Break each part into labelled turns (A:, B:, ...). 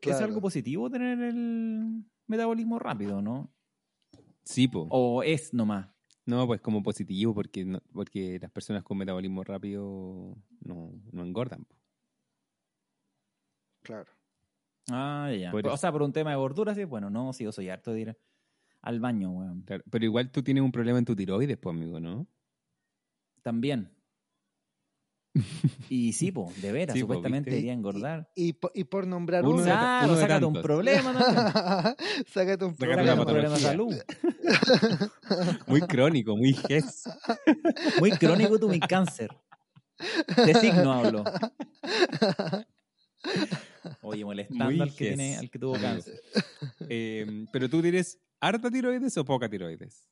A: Claro.
B: ¿Es algo positivo tener el metabolismo rápido, no?
C: Sí, po.
B: ¿O es nomás?
C: No, pues como positivo, porque, no- porque las personas con metabolismo rápido no, no engordan. po.
A: Claro.
B: Ah, ya.
C: Por
B: O
C: eso.
B: sea, por un tema de gordura, sí, bueno, no, sí, yo soy harto de ir al baño, weón.
C: Claro, Pero igual tú tienes un problema en tu tiroides, pues, amigo, ¿no?
B: También. Y sí, po, de veras,
C: Sí, po,
B: supuestamente
C: ¿viste?
B: debería engordar.
A: Y, po- y por nombrar
C: Uno
A: uno.
C: de ta-
B: Claro,
C: uno de
B: sácate un
C: tantos.
B: problema, ¿no?
A: Sácate un
C: Sácate
B: Sácate
C: una
B: un problema de
C: patología.
B: salud.
C: Muy crónico, muy ges.
B: Muy crónico tu mi cáncer. De signo hablo. Oye, molestando
C: Muy
B: al que,
C: ges.
B: tiene, al que tuvo cáncer.
C: Eh, pero tú tienes harta tiroides o poca tiroides.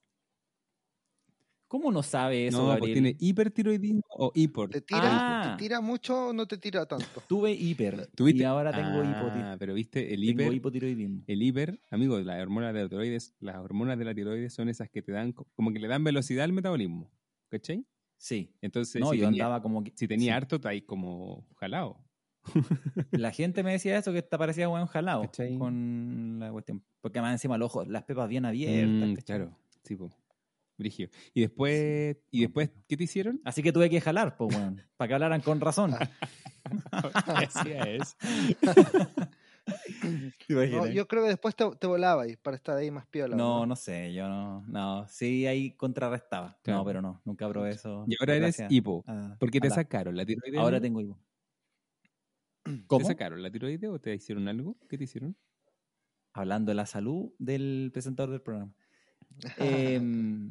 B: ¿Cómo no sabe eso,
C: no, pues
B: Gabriel?
C: tiene hipertiroidismo o hipor.
A: ¿Te tira,
B: Ah.
A: ¿Te tira mucho o no te tira tanto?
B: Tuve hiper
C: ¿Tuviste?
B: y ahora tengo,
C: ah,
B: hipoti-
C: pero viste, el
B: tengo
C: hiper,
B: hipotiroidismo.
C: el hiper, amigo, las hormonas de la tiroides, las hormonas de la tiroides son esas que te dan, co- como que le dan velocidad al metabolismo. ¿Cachai?
B: Sí.
C: Entonces,
B: No,
C: si
B: yo
C: tenía-
B: andaba como que...
C: si tenía
B: sí.
C: harto, está ahí como jalado.
B: La gente me decía eso, que te parecía buen jalado
C: ¿Cachai?
B: con la cuestión. Porque además encima los ojos, las pepas bien abiertas.
C: Mm,
B: ¿cachai?
C: claro, sí, po. Brigio. Y después, ¿y después qué te hicieron?
B: Así que tuve que jalar, pues, weón, para que hablaran con razón.
C: Ah,
A: No, yo creo que después te, te volaba ahí para estar ahí más piola.
B: eh. No, no sé, yo no. No, sí, ahí contrarrestaba.
C: Claro.
B: No, pero no, nunca probé eso.
C: Y ahora eres
B: gracias
C: hipo.
B: a-
C: ¿Por qué
B: a
C: te
B: la-
C: sacaron la tiroides?
B: Ahora
C: amigo?
B: tengo hipo.
C: ¿Te
B: ¿Cómo?
C: sacaron la tiroides o te hicieron algo? ¿Qué te hicieron?
B: Hablando de la salud del presentador del programa. Em,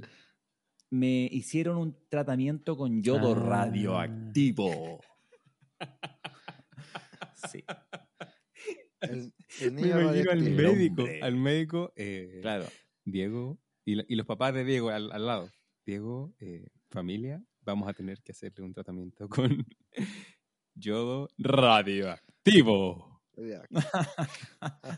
B: me hicieron un tratamiento con yodo
C: Ah.
B: radioactivo. Sí.
A: El, el niño radioactivo.
B: medio. hombre.
C: al médico, eh,
B: Claro.
C: Diego, y, la- y los papás de Diego al, al lado. Diego, eh, familia, vamos a tener que hacerle un tratamiento con yodo radioactivo.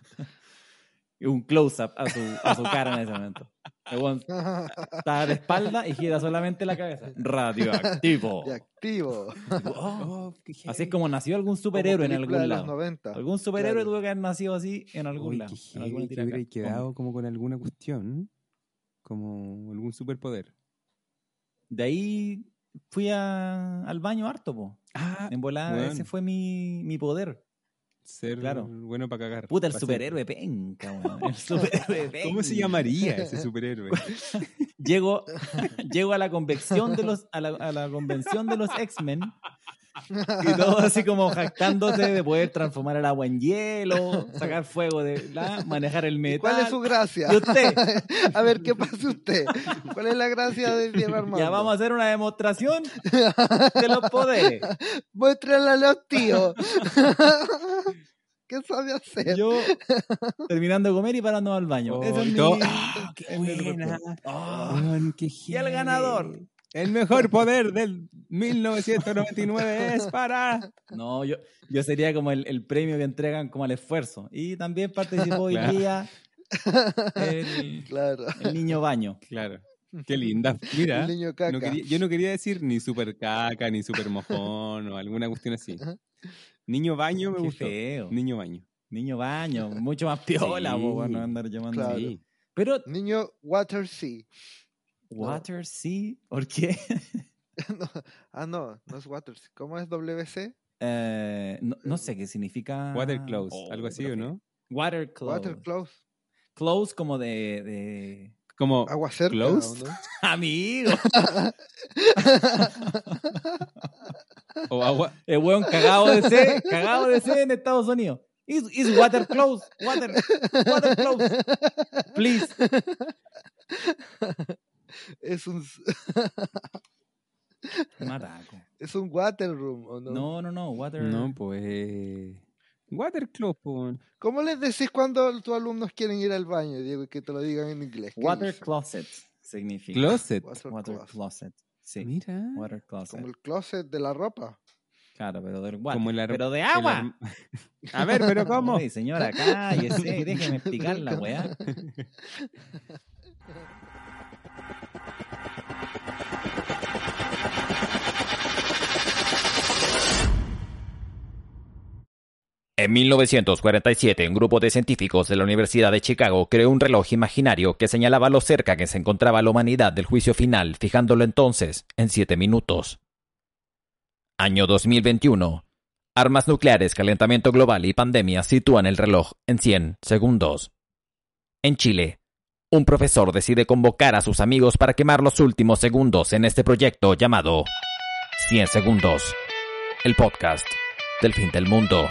A: Ya,
B: Un close-up a su, a su cara en ese momento. El weón estaba de espalda y gira solamente la cabeza. Radioactivo.
A: ya activo.
B: Oh.
C: Oh, qué
B: Así es
C: heavy.
B: como nació algún superhéroe en
A: Como película
B: algún
A: de los
B: lado.
A: 90.
B: Algún superhéroe
A: claro.
B: tuvo que haber nacido así en algún
C: Uy,
B: lado.
C: qué
B: en
C: heavy,
B: alguna
C: que
B: tira
C: hubiera
B: acá.
C: quedado como con alguna cuestión, como algún superpoder.
B: De ahí fui a- al baño harto, po.
C: Ah,
B: En volada,
C: weón.
B: ese fue mi, mi poder.
C: ser
B: claro.
C: bueno para cagar.
B: Puta, el
C: pa'
B: superhéroe penca, weón. El superhéroe
C: siempre.
B: penca.
C: ¿Cómo se llamaría ese superhéroe?
B: Llego, llego a la convención de los, a la, a la convención de los X-Men. Y todo así como jactándose de poder transformar el agua en hielo, sacar fuego de la, manejar el
A: ¿Y
B: metal.
A: ¿Cuál es su gracia?
B: ¿Y usted?
A: a ver, ¿qué pasa usted? ¿Cuál es la gracia de Diego Armando?
B: Ya vamos a hacer una demostración de los poderes.
A: Muéstrala a los tíos. ¿Qué sabe hacer?
B: Yo terminando de comer y parando al baño.
C: Oh,
B: Ese es
C: y
B: mi-
C: todo- ¡Ah, qué
B: es mi
C: buena!
B: recuerdo. Ah,
C: Weón, Oh, qué
B: y el
C: heavy.
B: ganador.
C: El mejor poder del 1999 es para.
B: No, yo, yo sería como el, el premio que entregan como al esfuerzo. Y también participó hoy
C: Claro.
B: día el,
A: Claro.
B: el niño baño.
C: Claro. Qué linda. Mira,
A: El niño caca.
C: no quería- yo no quería decir ni super caca, ni super mojón o alguna cuestión así. Niño baño me
B: Qué
C: gustó.
B: feo.
C: Niño baño.
B: Niño baño, mucho más piola,
C: Sí.
B: po, bueno, andar llamando.
A: Claro.
B: así. Pero,
A: Niño Water Sea.
B: Water, sí, ¿por qué?
A: No, Ah, no, no es Water Sea. ¿Cómo es WC?
B: Eh, no, no sé qué significa.
C: Water close,
B: Oh,
C: algo así,
B: pero
C: ¿o
B: feo.
C: no?
B: Water close.
A: Water Close.
B: Close como de- de...
C: Como
A: Agua cerca.
C: Close.
B: Ah,
A: ¿no?
B: Amigo.
C: o agua,
B: El Eh, weón cagado de sed, cagado de sed en Estados Unidos. Is, is water close, water, water close. Please.
A: Es un,
B: Maraco.
A: es un water room, ¿o no?
B: No, no, no, water.
C: No, pues. Water Club, po.
A: ¿Cómo les decís cuando tus alumnos quieren ir al baño, Diego, y que te lo digan en inglés? ¿Qué
B: Water
A: dicen?
B: closet significa.
C: Closet.
A: Water
B: Water
A: closet.
B: closet. Sí.
C: Mira.
B: Water closet.
A: Como el closet de la ropa.
B: Claro, pero del water.
C: Como el ar-
B: pero de
C: el
B: agua.
C: arm- A ver, pero ¿cómo?
B: Oye, señora, cállese, déjeme explicar la weá.
D: En 1947, un grupo de científicos de la Universidad de Chicago creó un reloj imaginario que señalaba lo cerca que se encontraba la humanidad del juicio final, fijándolo entonces en 7 minutos. Año 2021. Armas nucleares, calentamiento global y pandemia sitúan el reloj en 100 segundos. En Chile, un profesor decide convocar a sus amigos para quemar los últimos segundos en este proyecto llamado 100 segundos, el podcast del fin del mundo.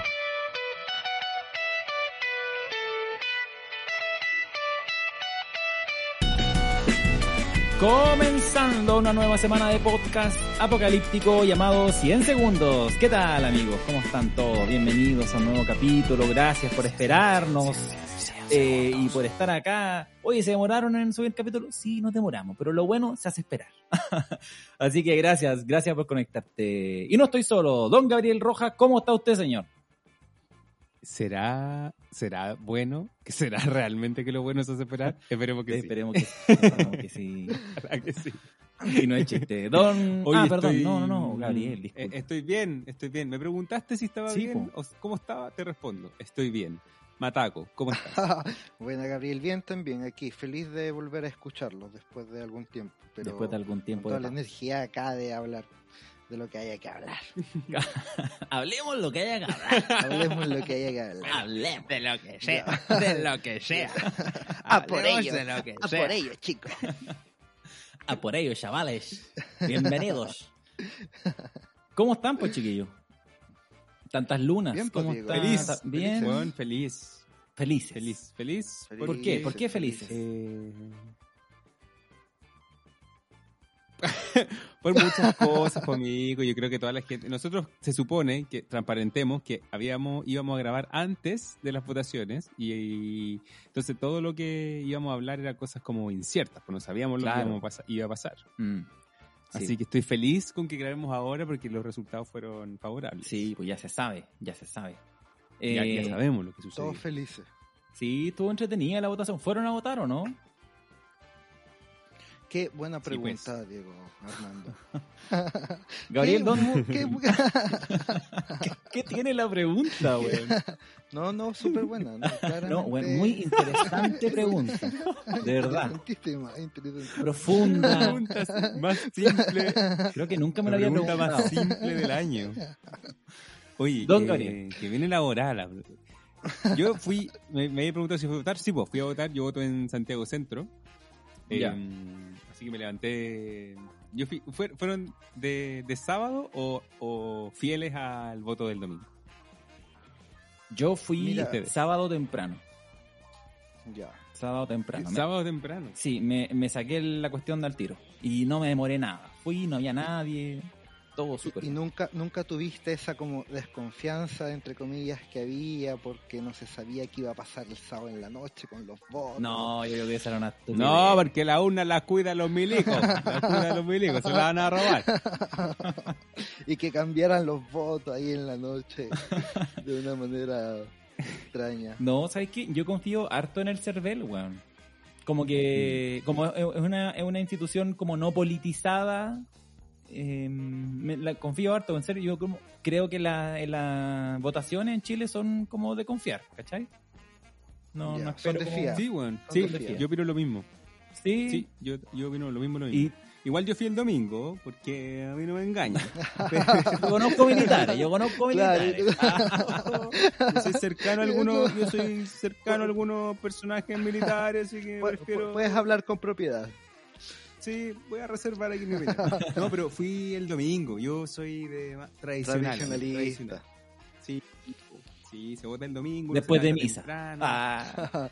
B: Comenzando una nueva semana de podcast apocalíptico llamado 100 segundos. ¿Qué tal amigos? ¿Cómo están todos? Bienvenidos a un nuevo capítulo. Gracias por esperarnos eh, y por estar acá. Oye, ¿se demoraron en subir el capítulo? Sí, nos demoramos, pero lo bueno se hace esperar. Así que gracias, gracias por conectarte. Y no estoy solo. Don Gabriel Rojas, ¿cómo está usted, señor?
C: ¿Será, será bueno? ¿Que ¿Será realmente que lo bueno se hace esperar? Esperemos que sí.
B: Esperemos que, esperemos que sí.
C: ojalá que sí.
B: Y no es chiste. Don...
C: Oye,
B: ah, perdón.
C: estoy-
B: No, no, no, Gabriel,
C: Eh,
B: disculpe.
C: Estoy bien, estoy bien. Me preguntaste si estaba
B: Sí,
C: bien o s- cómo estaba, te respondo. Estoy bien. Mataco, ¿cómo estás?
A: Buena, Gabriel, bien también aquí. Feliz de volver a escucharlos después de algún tiempo. Pero
B: Después de algún
A: con
B: tiempo
A: toda
B: de
A: la
B: pausa.
A: energía acá de hablar de lo que haya que hablar.
B: Hablemos lo que haya que hablar.
A: Hablemos lo que haya que hablar.
B: Hablemos.
E: De lo que sea, de lo que sea.
A: Ah, por
E: Hablemos
A: ello.
E: De lo que
A: Ah,
E: sea.
A: por ello, chicos.
B: A Ah, por ellos, chavales. Bienvenidos. ¿Cómo están, pues, chiquillos? Tantas lunas.
A: Bien, pues,
B: ¿Cómo
A: Diego.
B: están?
A: Feliz,
B: ¿Está- Bien.
C: Weón, feliz,
B: Felices.
C: feliz, feliz.
A: Feliz.
B: ¿Por qué? ¿Por qué felices?
C: Eh, Por muchas cosas, por amigo. Yo creo que toda la gente. Nosotros se supone que transparentemos que habíamos, íbamos a grabar antes de las votaciones y, y entonces todo lo que íbamos a hablar era cosas como inciertas, pues no sabíamos lo que
B: Claro.
C: íbamos a pasa- iba a pasar.
B: Mm.
C: Así que estoy feliz con que grabemos ahora porque los resultados fueron favorables.
B: Sí, pues ya se sabe, ya se sabe.
C: Ya, ya
B: Eh,
C: sabemos lo que sucedió.
A: Todos felices.
B: Sí, estuvo entretenida la votación. ¿Fueron a votar o no?
A: Qué buena
C: Sí, pues.
A: pregunta, Diego Armando.
B: Gabriel,
A: ¿Qué-
B: ¿dónde-
A: qué-
B: ¿qué tiene la pregunta, güey?
A: No, no, súper buena. No,
B: No,
A: claramente-
B: güey, muy interesante pregunta. De verdad.
A: Interesantísima, interesante.
B: Profunda.
C: Preguntas más simple
B: Creo que nunca me
C: La
B: la había
C: pregunta
B: preguntado.
C: más simple del año. Oye,
B: Don
C: eh,
B: Gabriel.
C: que viene laboral. la- Yo fui, me, me había preguntado si fui a votar. Sí, pues fui a votar. Yo voto en Santiago Centro. Eh,
B: Ya.
C: Así que me levanté. Yo fui- fue- ¿Fueron de, de sábado o, o fieles al voto del domingo?
B: Yo fui
A: Mira.
B: sábado temprano.
A: Ya.
B: Sábado temprano. Me-
C: Sábado temprano.
B: Sí, me, me saqué la cuestión del tiro. Y no me demoré nada. Fui, no había nadie. Todo súper.
A: Y nunca, nunca tuviste esa como desconfianza, entre comillas, que había porque no se sabía qué iba a pasar el sábado en la noche con los votos.
B: No, yo creo que esa era una estupidez.
C: No, porque la una la cuida los milicos. La cuida los milicos, se la van a robar.
A: Y que cambiaran los votos ahí en la noche de una manera extraña.
B: No, ¿sabes qué? Yo confío harto en el CERVEL, weón. Como
A: Mm.
B: que. Como es es una, es una institución como no politizada. eh, me la confío harto, en serio. Yo como, creo que la- en las votaciones en Chile son como de confiar, ¿cachai? No,
A: Ya,
B: no
A: son
B: espero.
A: de
B: como-
A: fiar.
C: Sí, weón.
A: Son
C: Sí,
A: desfiados.
C: yo opino lo mismo.
B: Sí,
C: Sí, yo, yo opino lo mismo. Lo mismo.
B: Y
C: Igual yo fui el domingo, porque a mí no me engaña.
B: yo conozco militares, yo conozco
A: Claro.
B: militares.
C: Yo soy cercano a algunos, yo soy cercano a algunos personajes militares, así que
A: Pu-
C: prefiero.
A: pu- Puedes hablar con propiedad.
C: Sí, voy a reservar aquí mi opinión. No, pero fui el domingo. Yo soy de ma- tradicional.
A: Tradicionalista.
C: Sí, sí, se vota el domingo.
B: Después
C: se
B: de
C: levanta
B: misa.
C: temprano.
B: Ah.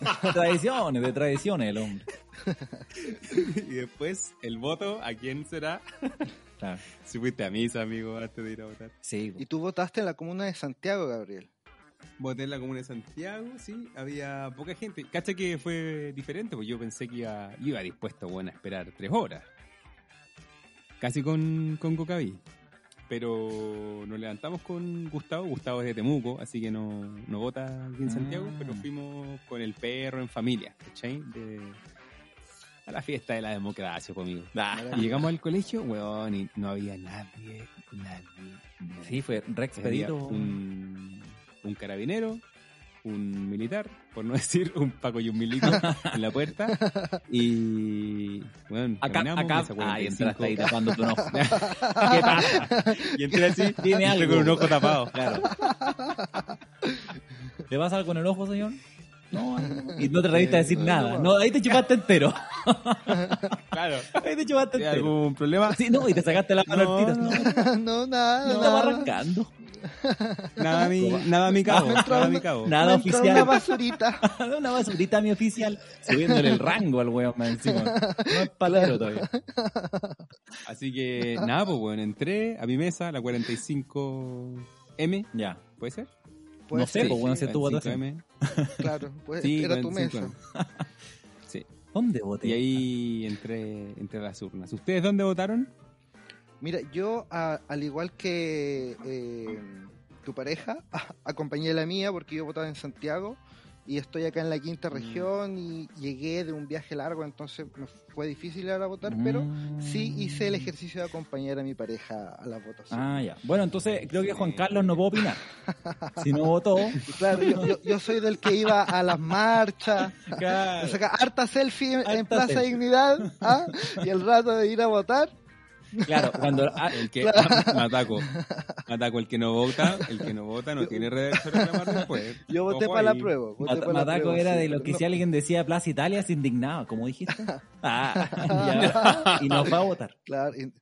B: Tradiciones, de tradiciones el hombre.
C: Y después el voto, ¿a quién será?
B: Claro.
C: Si fuiste a misa, amigo, antes de ir a votar.
B: Sí,
A: Y tú votaste en la comuna de Santiago, Gabriel.
C: Voté en la comuna de Santiago, sí, había poca gente. Cacha que fue diferente, pues yo pensé que iba, iba dispuesto bueno, a esperar tres horas. Casi con, con Cocaví. Pero nos levantamos con Gustavo, Gustavo es de Temuco, así que no, no vota aquí en
B: Ah.
C: Santiago, pero fuimos con el perro en familia, ¿cachai? De- a la fiesta de la democracia conmigo.
B: Ah,
C: Y llegamos al colegio, weón, y no había nadie, nadie. nadie.
B: sí, fue re
C: Había
B: expedito.
C: un, un carabinero, un militar, por no decir un Paco y un milico en la puerta. Y bueno,
B: Acá,
C: caminamos,
B: acá. Ay,
C: mesa 45.
B: entraste ahí tapando tu ojo. ¿Qué pasa?
C: Y entré así,
B: Tiene
C: entré
B: algo.
C: con un ojo tapado, claro.
B: ¿Le pasa algo con el ojo, señor? No, y no te atreviste a decir nada. No, ahí te chupaste entero.
C: Claro.
B: Ahí te chupaste
C: ¿Hay
B: entero.
C: algún problema?
B: Sí, no, y te sacaste las mano
C: No,
B: al tiro. No,
C: no.
B: no,
A: no, nada,
B: estaba
A: nada.
B: arrancando.
C: Nada, mi, nada, mi cabo.
A: Me entró
C: Nada,
A: una-
C: mi cabo.
B: Nada
A: Me entró
B: oficial.
A: Una basurita.
B: Una basurita a mi oficial. Subiéndole el rango al weón más encima. No es palero todavía.
C: Así que nada, pues bueno, entré a mi mesa, la 45M,
B: Ya.
C: ¿puede ser?
A: Puede
B: No sé,
A: ser,
B: pues, weón,
A: sí,
B: si estuvo atrás.
C: 45M.
A: Claro, pues,
C: Sí,
A: era tu mesa.
C: 45M. Sí.
B: ¿Dónde voté?
C: Y ahí entré, entré a las urnas. ¿Ustedes dónde votaron?
A: Mira, yo, a- al igual que eh, tu pareja, acompañé a la mía porque yo votaba en Santiago y estoy acá en la quinta
B: Mm.
A: región y llegué de un viaje largo, entonces me fue difícil ahora votar, pero sí hice el ejercicio de acompañar a mi pareja a la votación.
B: Mm. Ah, ya. Bueno, entonces creo que Juan Carlos no puede opinar. Si no votó.
A: Y Claro, yo, yo- yo soy del que iba a las marchas, a
B: Claro,
A: sacar harta selfie en, en
B: Harta
A: Plaza
B: selfie.
A: Dignidad ¿ah? y el rato de ir a votar.
B: cuando. ah,
C: El que me ataco. Me ataco el que no vota, el que no vota no tiene redes para reclamar después.
A: Yo voté
C: Ojo
A: para la
C: ahí.
A: prueba. voté
B: Mat-
A: para la
B: Mataco
A: prueba,
B: era
A: sí,
B: de lo
A: pero
B: que
A: no-
B: si alguien decía Plaza Italia se indignaba, como dijiste. Ah, ya. Y no fue a votar.
A: Claro, y-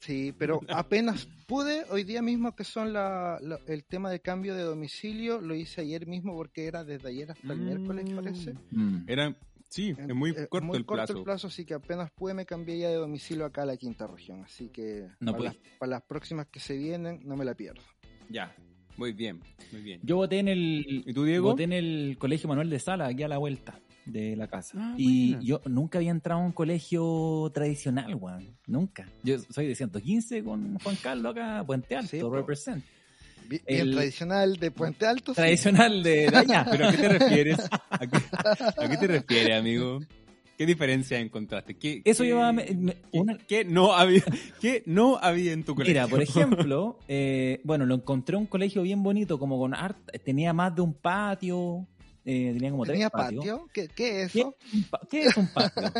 A: sí, pero apenas pude, hoy día mismo que son la, la- el tema de cambio de domicilio, lo hice ayer mismo porque era desde ayer hasta el
C: Mm.
A: miércoles, parece.
B: Mm.
C: Era, sí, es muy
A: Eh,
C: corto,
A: muy
C: el,
A: corto
C: plazo.
A: el plazo, así que apenas pude me cambié ya de domicilio acá a la quinta región, así que
B: No
A: para, las, para las próximas que se vienen no me la pierdo.
C: Ya, muy bien, muy bien.
B: Yo voté en el.
C: ¿Y tú, Diego?
B: Voté en el colegio Manuel de Sala, aquí a la vuelta de la casa.
C: Ah,
B: y
C: buena.
B: yo nunca había entrado a un colegio tradicional, weón. Nunca. Yo soy de 115 con Juan Carlos acá, Puente Alto,
A: Sí, po.
B: represent.
A: Bi- Bien,
B: El-
A: tradicional de Puente Alto. sí.
B: Tradicional de Daña.
C: ¿Pero a qué te refieres? ¿A qué, a qué te refieres, amigo? ¿Qué diferencia encontraste? ¿Qué,
B: Eso
C: qué-
B: llevaba.
C: qué-
B: Una,
C: qué no había, qué no había en tu colegio?
B: Mira, por ejemplo, eh, bueno, lo encontré un colegio bien bonito, como con art, tenía más de un patio, eh, tenía como
A: ¿Tenía
B: tres patios.
A: patio? ¿Qué, qué es
B: ¿Qué,
A: eso?
B: un pa- qué es un patio?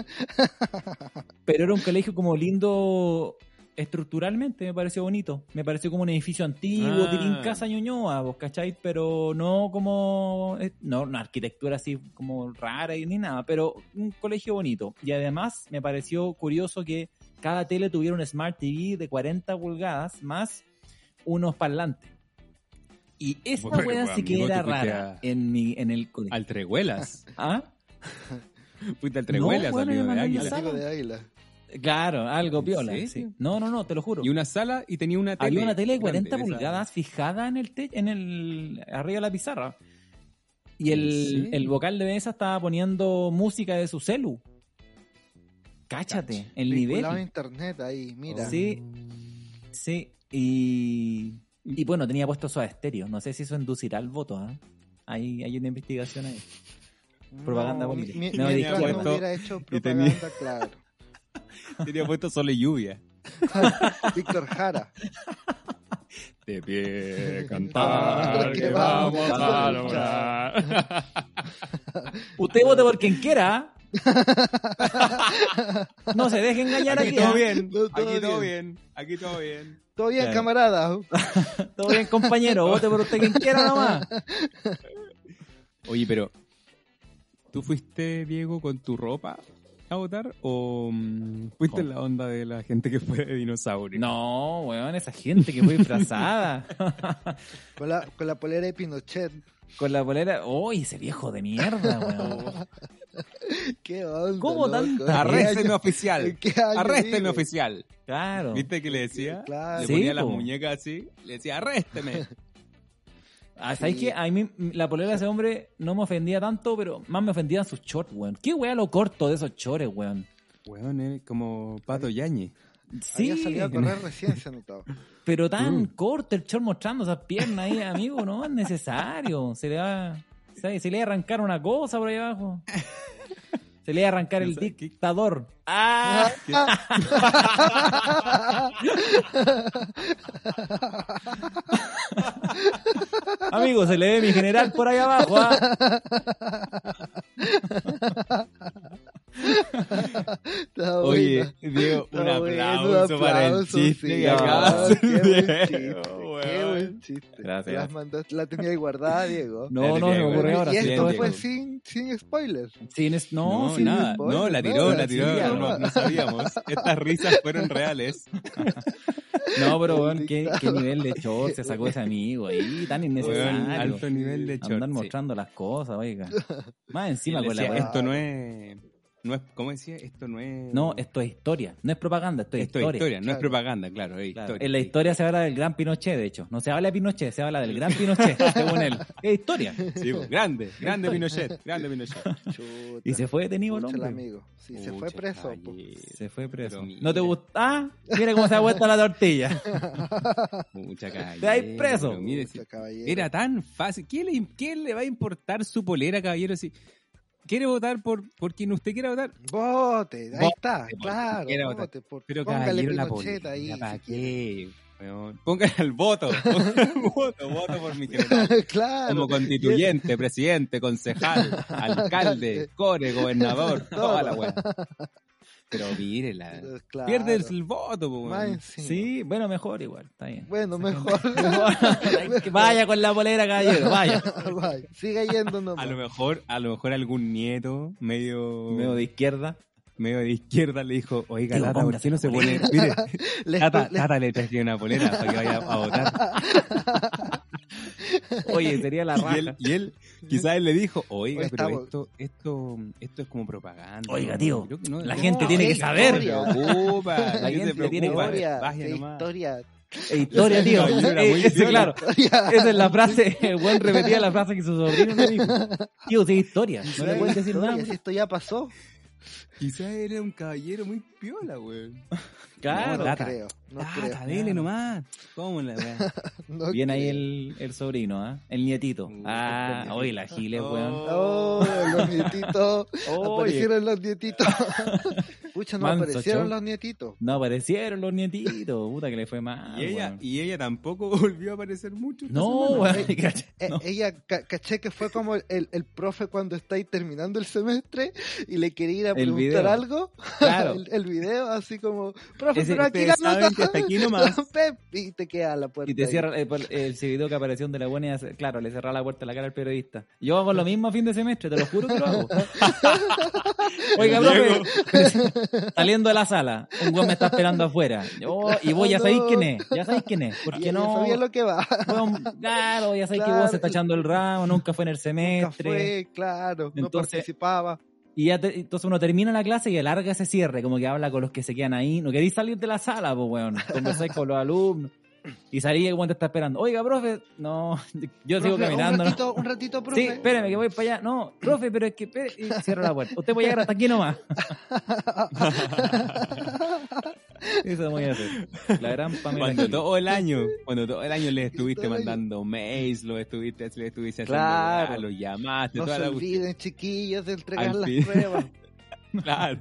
B: Pero era un colegio como lindo estructuralmente, me pareció bonito. Me pareció como un edificio antiguo,
C: Ah.
B: tirín casa Ñuñoa, vos cacháis, pero no como, eh, no una arquitectura así como rara y ni nada, pero un colegio bonito. Y además me pareció curioso que cada tele tuviera un Smart TV de 40 pulgadas más unos parlantes. Y esta
C: Bueno,
B: wea sí que
C: amigo,
B: era
C: tú fuiste
B: rara
C: a-
B: en, mi, en el colegio.
C: Al Treguelas.
B: ¿Ah?
C: Fuiste al Treguelas,
B: bueno,
C: amigo de
B: hermano,
C: Águila.
B: ya sabes.
A: Algo de águila.
B: Claro, algo
C: ¿En
B: piola.
C: serio?
B: sí. No, no, no, te lo juro.
C: Y una sala y tenía una tele.
B: Había una tele de
C: grande,
B: 40
C: esa-
B: pulgadas fijada en el techo, en el arriba de la pizarra. Y
C: ¿En
B: el,
C: serio?
B: el vocal de esa estaba poniendo música de su celu. Cáchate,
C: Cacha.
B: el
A: Vinculado a
B: nivel.
A: internet ahí, mira.
B: Sí. Sí, y, y bueno, tenía puesto su estéreo. No sé si eso inducirá al voto. ¿ah? Hay, hay una investigación ahí. Propaganda
A: no,
B: política.
A: mi-
B: No,
A: mientras
B: disculpa.
A: no hubiera hecho
C: Y tenía-
A: propaganda, claro.
C: Tenía puesto solo lluvia.
A: Víctor Jara.
C: De pie
A: Ah,
C: cantar
A: que
C: que
A: vamos
C: vamos
A: a
C: a lograr.
B: Usted vote por quien quiera. ¿ah? no se deje engañar aquí.
C: Aquí todo
B: ¿ah?
C: bien,
A: Todo
C: aquí todo
A: bien.
C: bien, aquí todo bien.
A: Todo bien,
B: Claro.
A: camarada.
B: Todo bien, compañero. Vote por usted quien quiera nomás.
C: Oye, pero ¿tú fuiste, Diego, con tu ropa a votar o mm, fuiste en la onda de la gente que fue de dinosaurio?
B: No, weón, esa gente que fue disfrazada.
A: Con la, con la polera de Pinochet.
B: Con la polera. ¡Uy, ese viejo de mierda, weón!
A: ¿Qué onda?
B: ¿Cómo
A: loco?
B: tanta
A: ¿En qué
C: Arrésteme
A: año-
C: oficial.
A: en qué año
C: Arrésteme
A: vive?
C: oficial.
B: Claro.
C: ¿Viste que le decía?
A: Claro.
C: Le
B: Sí,
C: ponía las
B: po.
C: muñecas así, le decía, arrésteme.
B: Ah, ¿Sabes
A: Sí.
B: qué? A mí la polera de ese hombre no me ofendía tanto, pero más me ofendían sus shorts, weón. ¿Qué weá lo corto de esos chores, weón?
C: Weón, es como Pato Yañez.
A: Había
B: Sí,
A: salido a correr recién, se notaba.
B: pero tan corto el short mostrando esas piernas ahí, amigo, no es necesario. Se le va. ¿sabes? Se le va a arrancar una cosa por ahí abajo. Se le iba a arrancar el
C: No sé, ¿qué?
B: dictador. ¡Ah! Amigo, se le ve mi general por ahí abajo. ¿ah?
A: Está
C: Oye,
A: buena.
C: Diego, un
A: Está bueno,
C: aplauso para el
A: aplauso,
C: chiste
A: sí,
C: que acabas
A: no, Qué buen
C: de
A: chiste,
C: Diego,
A: qué
C: weón.
A: buen chiste.
C: Gracias.
A: Las mandaste- la tenía ahí guardada, Diego.
B: No, no, se me ocurre ahora.
A: y
B: sí,
A: esto
B: Diego.
A: fue sin, sin spoilers.
B: Sin es-
C: No,
B: no,
A: sin
C: nada.
A: spoiler,
C: no, la tiró,
A: nada,
C: la tiró.
A: sí,
C: no,
A: nada.
C: no sabíamos. Estas risas fueron reales.
B: No, pero
A: El
B: bueno, ¿qué, qué nivel de short se sacó ese amigo ahí, tan
C: Weón,
B: innecesario.
C: alto nivel de short.
B: Andar
C: sí.
B: mostrando las cosas, oiga. Más
C: Y él
B: encima con la
C: decía,
B: weá.
C: Esto no es, no es. ¿Cómo decía? Esto no es.
B: No, esto es historia. No es propaganda, esto es
C: esto es
B: historia.
C: historia, no es
A: Claro.
C: propaganda, claro, es
B: Claro,
C: historia.
B: En la historia se habla del gran Pinochet, de hecho. No se habla de Pinochet, se habla del gran Pinochet, según él. Es historia.
C: Sí, pues, grande, grande Pinochet, grande Pinochet.
A: Chuta.
B: Y se fue detenido el
A: Pucha, el
B: hombre.
A: amigo. Sí, se
C: Pucha,
A: fue preso. pues. po.
C: caballero,
B: Se fue preso.
C: Pero mira.
B: ¿No te gusta? Ah, mira cómo se ha vuelto la tortilla.
C: Pucha
B: Te hay
C: caballero,
B: preso.
C: pero mire, si-
A: Pucha, caballero.
C: era tan fácil. ¿Qué le, qué le va a importar su polera, caballero? Si quiere votar por, por quien usted quiera votar.
A: Bote, ahí
C: Bote,
A: está,
C: porque
A: claro.
C: quiera votar.
A: bote, por-
C: Pero
A: póngale
C: caballero, la
A: Pinochet
C: polera,
A: ahí.
C: ¿Para
A: si
C: qué? weón? Póngale el voto. Póngale el voto. Voto por mi general.
A: quiere. claro.
C: Como constituyente, presidente, concejal, alcalde, core, gobernador, toda la weá. Pero mírela.
A: Pero pues, claro.
C: Pierde el voto, po,
A: Más
C: weón.
A: encima.
B: Sí, bueno, mejor igual. Está bien.
A: Bueno, mejor.
B: Vaya con la polera, caballero, vaya.
A: Guay, Siga yendo nomás.
C: A lo mejor, a lo mejor algún nieto medio,
B: Medio de izquierda.
C: medio de izquierda le dijo, oiga,
B: Digo,
C: Tata, ¿por
B: póngase
C: qué no
B: la
C: se pone? Mire,
A: Les-
C: Tata,
A: les-
C: Tata le traje una polera para que vaya a votar.
B: Oye, sería la
C: Y
B: raja.
C: él, y él quizás él le dijo, oiga,
A: Oye,
C: pero
A: estamos-
C: esto, esto, esto es como propaganda.
B: Oiga,
C: ¿no?
B: tío,
C: Creo que no-
B: la
C: no,
B: gente tiene que
C: no
B: saber.
C: se preocupa,
B: La
C: ¿qué se
B: gente tiene que
C: preocupa?
B: saber.
A: Historia,
C: Vaya
A: de
C: nomás.
A: historia.
B: Eh, Historia, tío.
C: Caballero era
B: Eh,
C: muy
B: eso,
C: piola.
B: claro.
A: historia.
B: Esa es la frase, el buen repetía la frase que su sobrino le dijo. Tío, sí, historia. No le puedes decir nada.
A: Historia, si esto ya pasó.
C: Quizás era un caballero muy piola, güey.
A: No,
B: Claro.
C: Tata.
A: creo. No creo.
C: Tata, dele nomás. ¿Cómo la weá?
A: no
B: Bien ahí
A: creo.
B: el, el sobrino, ¿ah? El nietito.
C: Uh,
B: Ah,
C: el
B: oye, la gile, weón.
A: Oh, los nietitos.
B: Oye,
A: Aparecieron los nietitos. Pucha, no
B: Manso,
A: aparecieron
B: chau.
A: los nietitos.
B: no aparecieron los nietitos. Puta que le fue mal,
C: y, ella,
B: weón.
C: y ella tampoco volvió a aparecer mucho. esta
B: Ah, No,
C: semana.
B: weón. cacha.
A: Eh,
B: No.
A: Ella, ca- caché que fue como el, el profe cuando está ahí terminando el semestre y le quería ir a
B: El
A: preguntar
B: video.
A: algo.
B: Claro.
A: El, el video, así como, profe,
B: Ese-
A: pero aquí
C: Ustedes
A: la
C: saben que
A: nota.
C: hasta aquí nomás.
A: Pep, y te queda la puerta.
B: Y te
A: ahí.
B: cierra eh, por- el video que apareció de la buena, y hace- claro, le cerraba la puerta en la cara al periodista. Yo hago lo mismo a fin de semestre, te lo juro que lo hago. Oiga,
C: Diego.
B: profe, saliendo de la sala, un güey me está esperando afuera. Yo- y vos ya
A: Claro.
B: sabéis quién es, ya sabéis quién es, porque
A: Oh, Ya- ya
B: no.
A: sabía lo que va.
B: weón, claro, ya sabéis que
A: Claro.
B: vos se está echando el ramo, nunca fue en el
A: Nunca
B: semestre.
A: fue, claro, no
B: Entonces-
A: participaba.
B: Y ya te- entonces uno termina la clase y alarga ese cierre, como que habla con los que se quedan ahí. No queréis salir de la sala, pues, weón. Conversáis con los alumnos. Y salí y el weón te está esperando. Oiga, profe, no. Yo sigo
A: Profe,
B: caminando, ¿no?
A: Un ratito, un ratito, profe.
B: Sí, espéreme, que voy para allá. No, profe, pero es que. espere- Y cierra la puerta. Usted puede llegar hasta aquí nomás. Eso voy a hacer. La gran Pamela.
C: Cuando
B: Giles.
C: todo el año, cuando todo el año le estuviste
A: Todo el año.
C: mandando mails, lo estuviste, le estuviste haciendo,
A: Claro.
C: weá, lo llamaste,
A: no
C: toda
A: se
C: la
A: olviden, chiquillos, de entregar
C: Al
A: las
C: fin.
A: pruebas.
C: cuestión. Claro.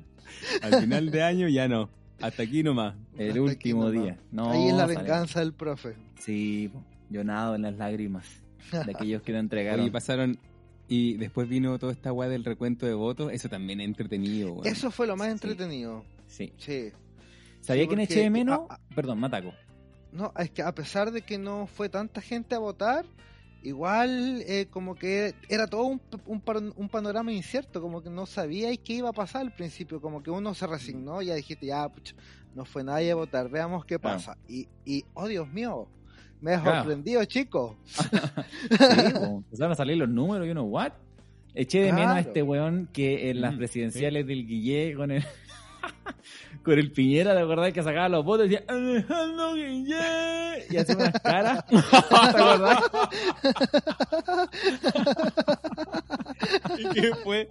C: Al final de año ya no. Hasta aquí nomás.
B: El
A: Hasta aquí
B: último
A: nomás.
B: día. No,
A: Ahí es la
B: sale.
A: venganza del profe.
B: Sí, po. yo nado en las lágrimas de aquellos que lo entregaron.
C: Oye, pasaron y después vino toda esta weá del recuento de votos. Eso también es entretenido, weón.
A: Eso fue lo más
B: sí.
A: entretenido.
B: Sí.
A: Sí.
B: ¿Sabía
A: Sí,
B: quién
A: porque-
B: eché de menos?
A: ah,
B: Perdón, Mataco.
A: No, es que a pesar de que no fue tanta gente a votar, igual eh, como que era todo un, un pan- un panorama incierto, como que no sabíais qué iba a pasar al principio, como que uno se resignó, ya dijiste, ya, pucha, no fue nadie a votar, veamos qué
B: Claro.
A: pasa. Y, y, oh Dios mío, me has
B: Claro.
A: sorprendido, chico.
B: Sí, po. empezaron a salir los números y uno, ¿what? Eché de menos a
A: Claro.
B: este weón que en las
C: Mm,
B: presidenciales del Guillé con el. Con el Piñera, la verdad que sacaba los votos y decía Alejandro Guillé y hacía unas caras.
C: ¿Y qué fue?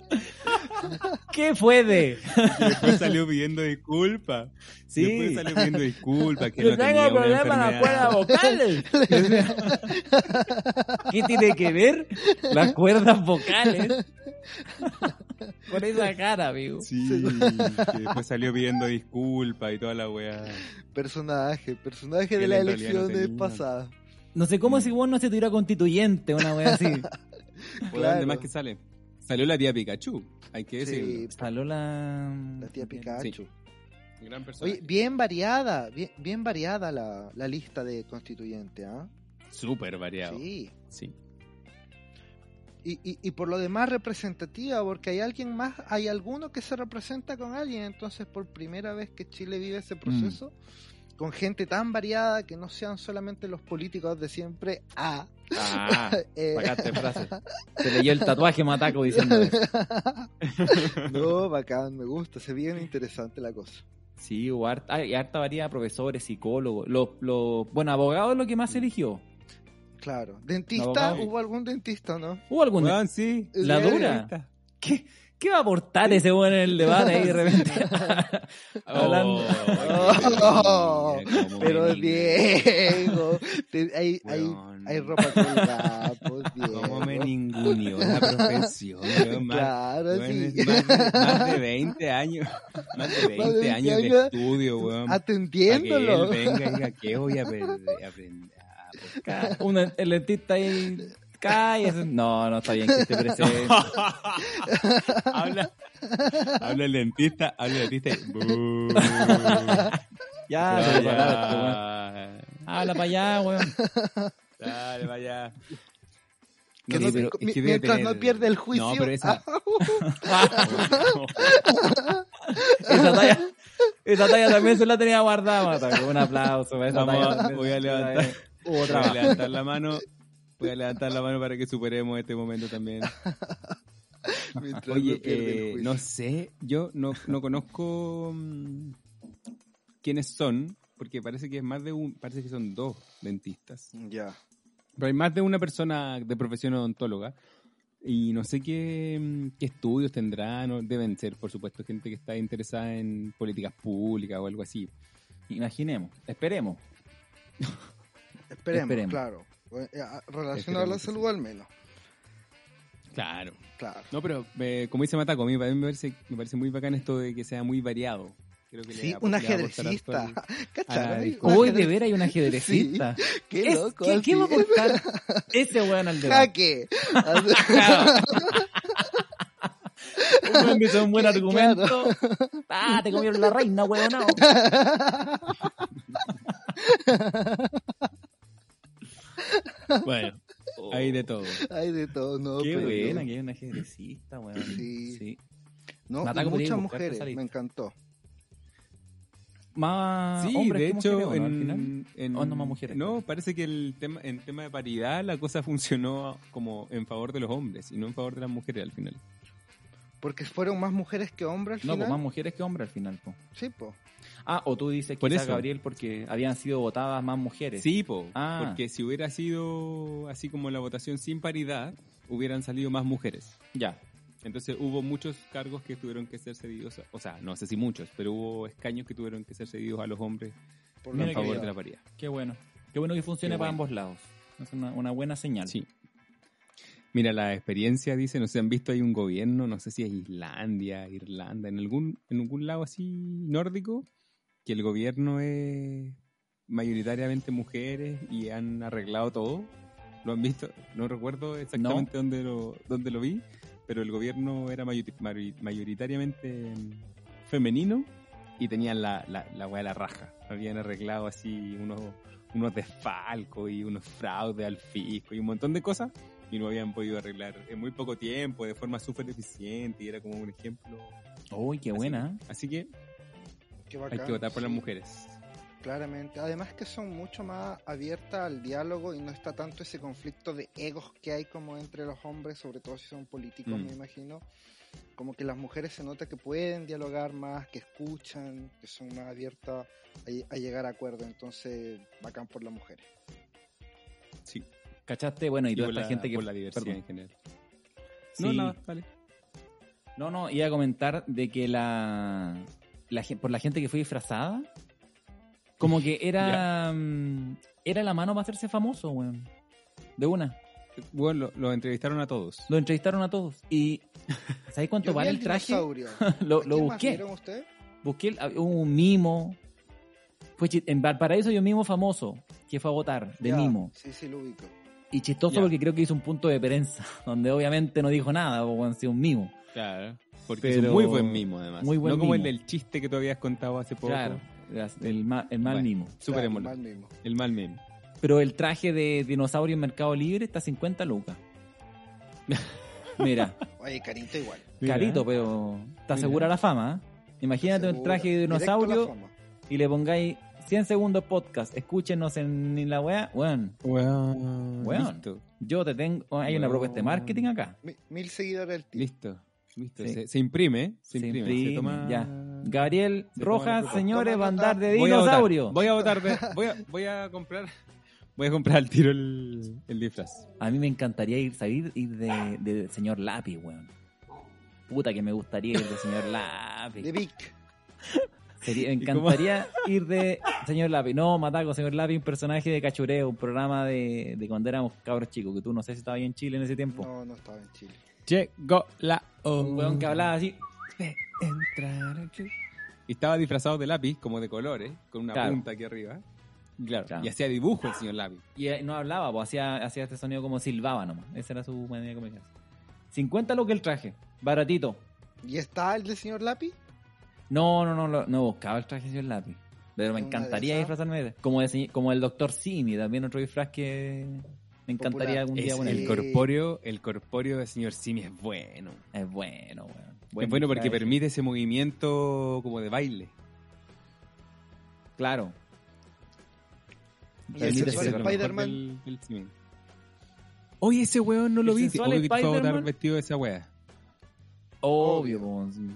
B: ¿Qué fue de?
C: Y después salió pidiendo disculpas.
B: Sí.
C: Después salió pidiendo disculpas. Que
B: Yo
C: no tenía
B: tengo
C: una
B: problemas en las
C: enfermedad.
B: cuerdas vocales. ¿Qué tiene que ver las cuerdas vocales? Con esa cara, amigo.
C: Sí, que después salió pidiendo disculpas y toda la weá.
A: Personaje, personaje
C: Que
A: de
C: él
A: las
C: en realidad no
A: elecciones
C: tenía.
A: pasadas.
B: No sé cómo ese weón no se tiró a constituyente, una wea así.
A: Claro.
C: ¿Dónde más que sale? Salió la tía Pikachu, hay que decirlo.
A: Sí,
B: Salió la.
A: la tía Pikachu.
C: Gran persona.
A: Oye, bien variada, bien, bien variada la, la lista de constituyente, ¿ah?
C: Súper variado. Sí.
A: Sí. Y, y, y por lo demás representativa, porque hay alguien más, hay alguno que se representa con alguien, entonces por primera vez que Chile vive ese proceso, con gente tan variada que no sean solamente los políticos de siempre, ah,
C: Ah,
A: eh,
C: sacaste frase.
B: Se leyó el tatuaje Mataco diciendo eso.
A: no, bacán, me gusta, se bien interesante la cosa.
B: Sí, hubo harta, hay harta variedad de profesores, psicólogos. Los, los, bueno, abogados es lo que más se eligió.
A: Claro, dentista,
B: Abogado.
A: ¿hubo algún dentista, no?
B: ¿Hubo algún.
C: Weón, sí.
B: La
A: Sí,
B: dura. ¿Qué, qué va a aportar ese weón en el debate ahí de repente? Hablando.
A: Oh,
C: qué maravilla, cómo me
A: Pero
C: mira.
A: Diego, te- hay, hay,
C: Weón.
A: hay ropa colgada, pues Diego.
C: ¿Cómo me ninguneó la profesión? weón? Más-
A: Claro,
C: weón,
A: sí.
C: más, de- más de 20 años. Más de 20,
A: Más de 20
C: años,
A: años
C: de estudio, weón. para
A: Atendiéndolo.
C: Que él venga y diga que voy a aprender. a aprender, a buscar?"
B: Un, el dentista ahí cae. No, no está bien que esté presente.
C: habla, habla el dentista, habla el dentista. y- "Bú". Vaya.
B: Ya, se lo pararon, este weón. Habla para allá, weón.
C: Dale, vaya.
A: Que
C: Sí,
A: no-
C: pero
A: mi-
C: es que debe
A: mientras
C: tener-
A: no pierde el juicio. ah,
C: No, pero esa,
B: Esa talla, esa talla también se la tenía guardada, Mataco. Un aplauso para esa
C: Vamos a-
B: talla.
C: voy a levantar.
B: Hubo
C: Voy a
B: trabajo.
C: levantar la mano. Voy a levantar la mano para que superemos este momento también.
A: mientras no
C: Oye,
A: pierde el
C: eh,
A: juicio.
C: no sé, yo no, no conozco mm, quiénes son, porque parece que es más de un, parece que son dos dentistas.
A: Ya.
C: Pero hay más de una persona de profesión odontóloga. Y no sé qué, mm, qué estudios tendrán, o deben ser, por supuesto, gente que está interesada en políticas públicas o algo así.
B: Imaginemos, esperemos.
A: Esperemos,
B: Esperemos.
A: claro. Eh, eh, Relacionado a la
C: Esperemos que
A: salud al menos.
C: Claro.
A: Claro.
C: No, pero eh, como dice Mataco, a mí, a mí me, parece, me parece muy bacán esto de que sea muy variado. Creo que le
A: Sí,
C: va-
A: un
C: le va a aportar
A: ajedrecista.
C: harto al-
A: ¿Cacharon?
C: Ah,
A: Un
C: disculpa.
B: Hoy de
A: ajedrecista.
B: ver hay un ajedrecista.
A: Qué
B: Es-
A: loco.
B: ¿qué, qué va a
A: así. Ah,
B: aportar ese weón al debate?
A: Jaque.
B: Un buen, hizo un buen
A: Claro.
B: argumento. Ah, te comieron la reina, weón. No.
C: Bueno, hay de todo.
A: Hay de todo, no.
B: Qué
A: pero-
B: buena que hay un ajedrecista, weón.
A: Sí.
B: sí.
A: No,
B: Mataco
A: y
B: podría
A: muchas
B: buscar
A: mujeres,
B: esa lista.
A: me encantó.
B: Más
C: Sí,
B: Ah, hombres
C: de
B: que
C: hecho,
B: mujeres, ¿o no, al
C: en-
B: final?
C: en-
B: ¿O no más mujeres?
C: No, parece que el tema, en tema de paridad la cosa funcionó como en favor de los hombres y no en favor de las mujeres al final.
A: Porque fueron más mujeres que hombres al
B: No,
A: final.
B: pues más mujeres que hombres al final. po.
A: Sí, po.
B: Ah, o tú dices
C: Por
B: que
C: eso.
B: Gabriel porque habían sido votadas más mujeres.
C: Sí, po,
B: Ah.
C: porque si hubiera sido así como la votación sin paridad, hubieran salido más mujeres.
B: Ya.
C: Entonces hubo muchos cargos que tuvieron que ser cedidos, o sea, no sé si muchos, pero hubo escaños que tuvieron que ser cedidos a los hombres
A: Por
B: Mira
C: en
A: la
B: que
C: favor
A: favor
B: bien.
C: de la paridad.
B: Qué bueno. Qué bueno que funcione
C: Qué
B: para
C: bueno.
B: ambos lados. Es una, una buena señal.
C: Sí. Mira, la experiencia dice, no sé, han visto hay un gobierno, no sé si es Islandia, Irlanda, en algún, en algún lado así nórdico, que el gobierno es mayoritariamente mujeres y han arreglado todo. Lo han visto, no recuerdo exactamente dónde, lo, dónde lo vi, pero el gobierno era mayori- mari- mayoritariamente mm, femenino y tenían la, la, la weá de la raja. Habían arreglado así unos, unos desfalcos y unos fraudes al fisco y un montón de cosas y no habían podido arreglar en muy poco tiempo, de forma súper eficiente y era como un ejemplo.
B: Uy, qué buena. ¿eh?
C: Así que
A: Qué
C: hay
A: bacán,
C: que votar por las
A: sí.
C: mujeres.
A: Claramente. Además que son mucho más abiertas al diálogo y no está tanto ese conflicto de egos que hay como entre los hombres, sobre todo si son políticos,
C: Mm.
A: me imagino. Como que las mujeres se nota que pueden dialogar más, que escuchan, que son más abiertas a, a llegar a acuerdos. Entonces, bacán por las mujeres.
C: Sí.
B: ¿Cachaste? Bueno, y,
C: Y
B: toda
C: por
B: esta
C: la,
B: gente que...
C: por la diversidad
B: perdón.
C: en general.
B: Sí.
C: No, nada, vale.
B: No, no, iba a comentar de que la, la gen- por la gente que fue disfrazada, como que era mm, era la mano para hacerse famoso, weón. De una.
C: Bueno, lo- los entrevistaron a todos.
B: Lo entrevistaron a todos. ¿Y sabéis cuánto
A: Yo vi
B: vale
A: al
B: el traje?
A: dinosaurio.
B: Lo, lo
A: ¿A quién más
B: busqué.
A: vieron ustedes?
B: Busqué el- un mimo. Fue chi- en Valparaíso hay un mimo famoso que fue a votar de
A: Ya,
B: mimo.
A: Sí, sí, lo ubico.
B: Y chistoso
C: Ya.
B: porque creo que hizo un punto de prensa, donde obviamente no dijo nada, porque han sido un mimo.
C: Claro. Porque
B: Pero-
C: es un muy buen mimo, además.
B: Muy buen
C: no como
B: mimo.
C: el del chiste que tú habías contado hace poco.
B: Claro, las- el, ma- el mal
C: Bueno.
B: mimo.
C: Súper
A: Claro,
C: emo-
A: mal mismo.
C: El mal meme.
B: Pero el traje de dinosaurio en Mercado Libre está a 50 lucas. Mira,
A: Oye, carito igual.
C: Mira.
B: carito, pues. pero te asegura
C: Mira.
B: la fama. ¿eh? Imagínate un
A: Seguro.
B: traje de
A: Directo a la
B: dinosaurio
A: fama.
B: y le pongáis 100 segundos podcast. Escúchenos en, en la web. Bueno,
C: Weón.
B: Weón.
C: Listo.
B: yo te tengo. oh, Hay una
C: Weón.
B: propuesta de marketing acá.
A: Mi- Mil seguidores del tipo.
C: Listo. Listo.
B: Sí.
C: Se, se imprime, ¿eh?
B: Se
C: Se, imprime.
B: imprime,
C: Se toma...
B: ya. Gabriel
C: Se toma la
B: Rojas,
C: propuesta.
B: señores,
A: Toma nota.
B: bandar de
C: Voy a votar.
B: dinosaurio.
C: Voy a votar. de- Voy a, voy a comprar. Voy a comprar al tiro el, el disfraz.
B: A mí me encantaría ir, salir ir de, de señor lápiz, weón. Puta que me gustaría ir de señor lápiz.
A: De Vic.
B: Sería- me
C: ¿Y cómo?
B: encantaría ir de señor lápiz. No, Mataco, señor lápiz, un personaje de cachureo, un programa de, de cuando éramos cabros chicos, que tú no sé si estabas ahí en Chile en ese tiempo.
A: No, no estaba en Chile.
C: Llegó la
B: Un weón que hablaba así.
C: Y estaba disfrazado de lápiz, como de colores, con una
B: Claro.
C: punta aquí arriba. Y Claro.
B: Claro.
C: Y hacía dibujo el señor lápiz.
B: Y eh, no hablaba, pues hacía, hacía este sonido como silbaba nomás. Esa era su manera de comunicarse. 50 lo que el traje, baratito.
A: ¿Y está el del señor Lápiz?
B: No, no, no, lo- no buscaba el traje señor lápiz. Pero me
A: Una de
B: encantaría
A: esas.
B: disfrazarme de como, de señ- como el doctor Simi, también otro disfraz que me encantaría
A: Popular.
B: algún día
C: Es
B: poner.
C: el
A: Sí.
C: corpóreo, el corpóreo del señor Simi es bueno.
B: Es bueno, weón.
C: es
B: Buen
C: bueno porque
B: disfraz.
C: permite ese movimiento como de baile.
B: Claro.
A: Y el
B: Permite
A: sensual
B: ser-
C: lo mejor
A: Spider-Man.
C: del- del Simi. Oye, ese weón no lo
B: El
C: vi.
B: sensual
C: Obvio que te fue a votar
B: Spider-Man.
C: vestido de esa wea.
B: Obvio, po, sí.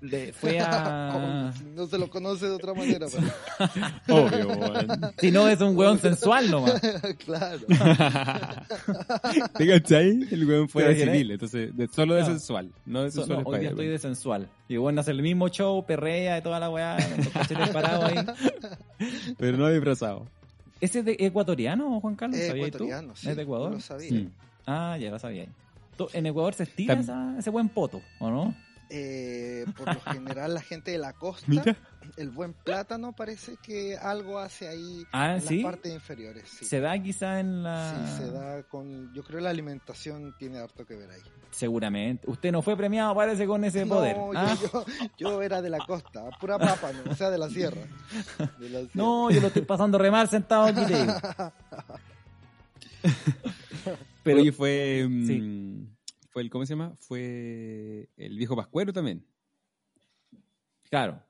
B: Le- fue a...
A: no se lo conoce de otra manera. pero-
C: Obvio, weón.
B: Si no, es un weón sensual nomás.
A: claro.
C: ¿Te cachai? El weón fue
B: ¿Te
C: de
B: imaginas?
C: civil, entonces de- solo de
B: Claro.
C: sensual, no de
B: So-
C: sensual
B: no, hoy día
C: Spider-Man.
B: estoy de sensual. Y bueno, hace el mismo show, perrea y toda la weá, con los cachetes parados ahí.
C: Pero no disfrazado.
B: ¿Ese es de ecuatoriano, Juan Carlos?
A: Es
B: ¿Sabías tú?
A: Eh, ecuatoriano, sí.
B: ¿Es de Ecuador?
A: No lo sabía.
C: Sí.
B: Ah, ya lo sabía. To- En Ecuador se estira
C: Tam-
B: esa- ese buen poto, ¿o no?
A: Eh, por lo general, la gente de la costa,
C: Mira,
A: el buen plátano, parece que algo hace ahí
B: Ah,
A: en
B: sí.
A: las partes inferiores. Sí.
B: Se da quizá en la...
A: Sí, se da con. Yo creo la alimentación tiene harto que ver ahí.
B: Seguramente. Usted no fue premiado, parece, con ese
A: No,
B: poder.
A: yo,
B: Ah,
A: yo- yo era de la costa, pura papa, ¿no? o sea, de la sierra. De la sierra.
B: No, yo lo estoy pasando re mal sentado aquí, te digo. Pero
C: Oye, fue mm, fue el ¿cómo se llama? Fue el viejo Pascuero también.
B: claro.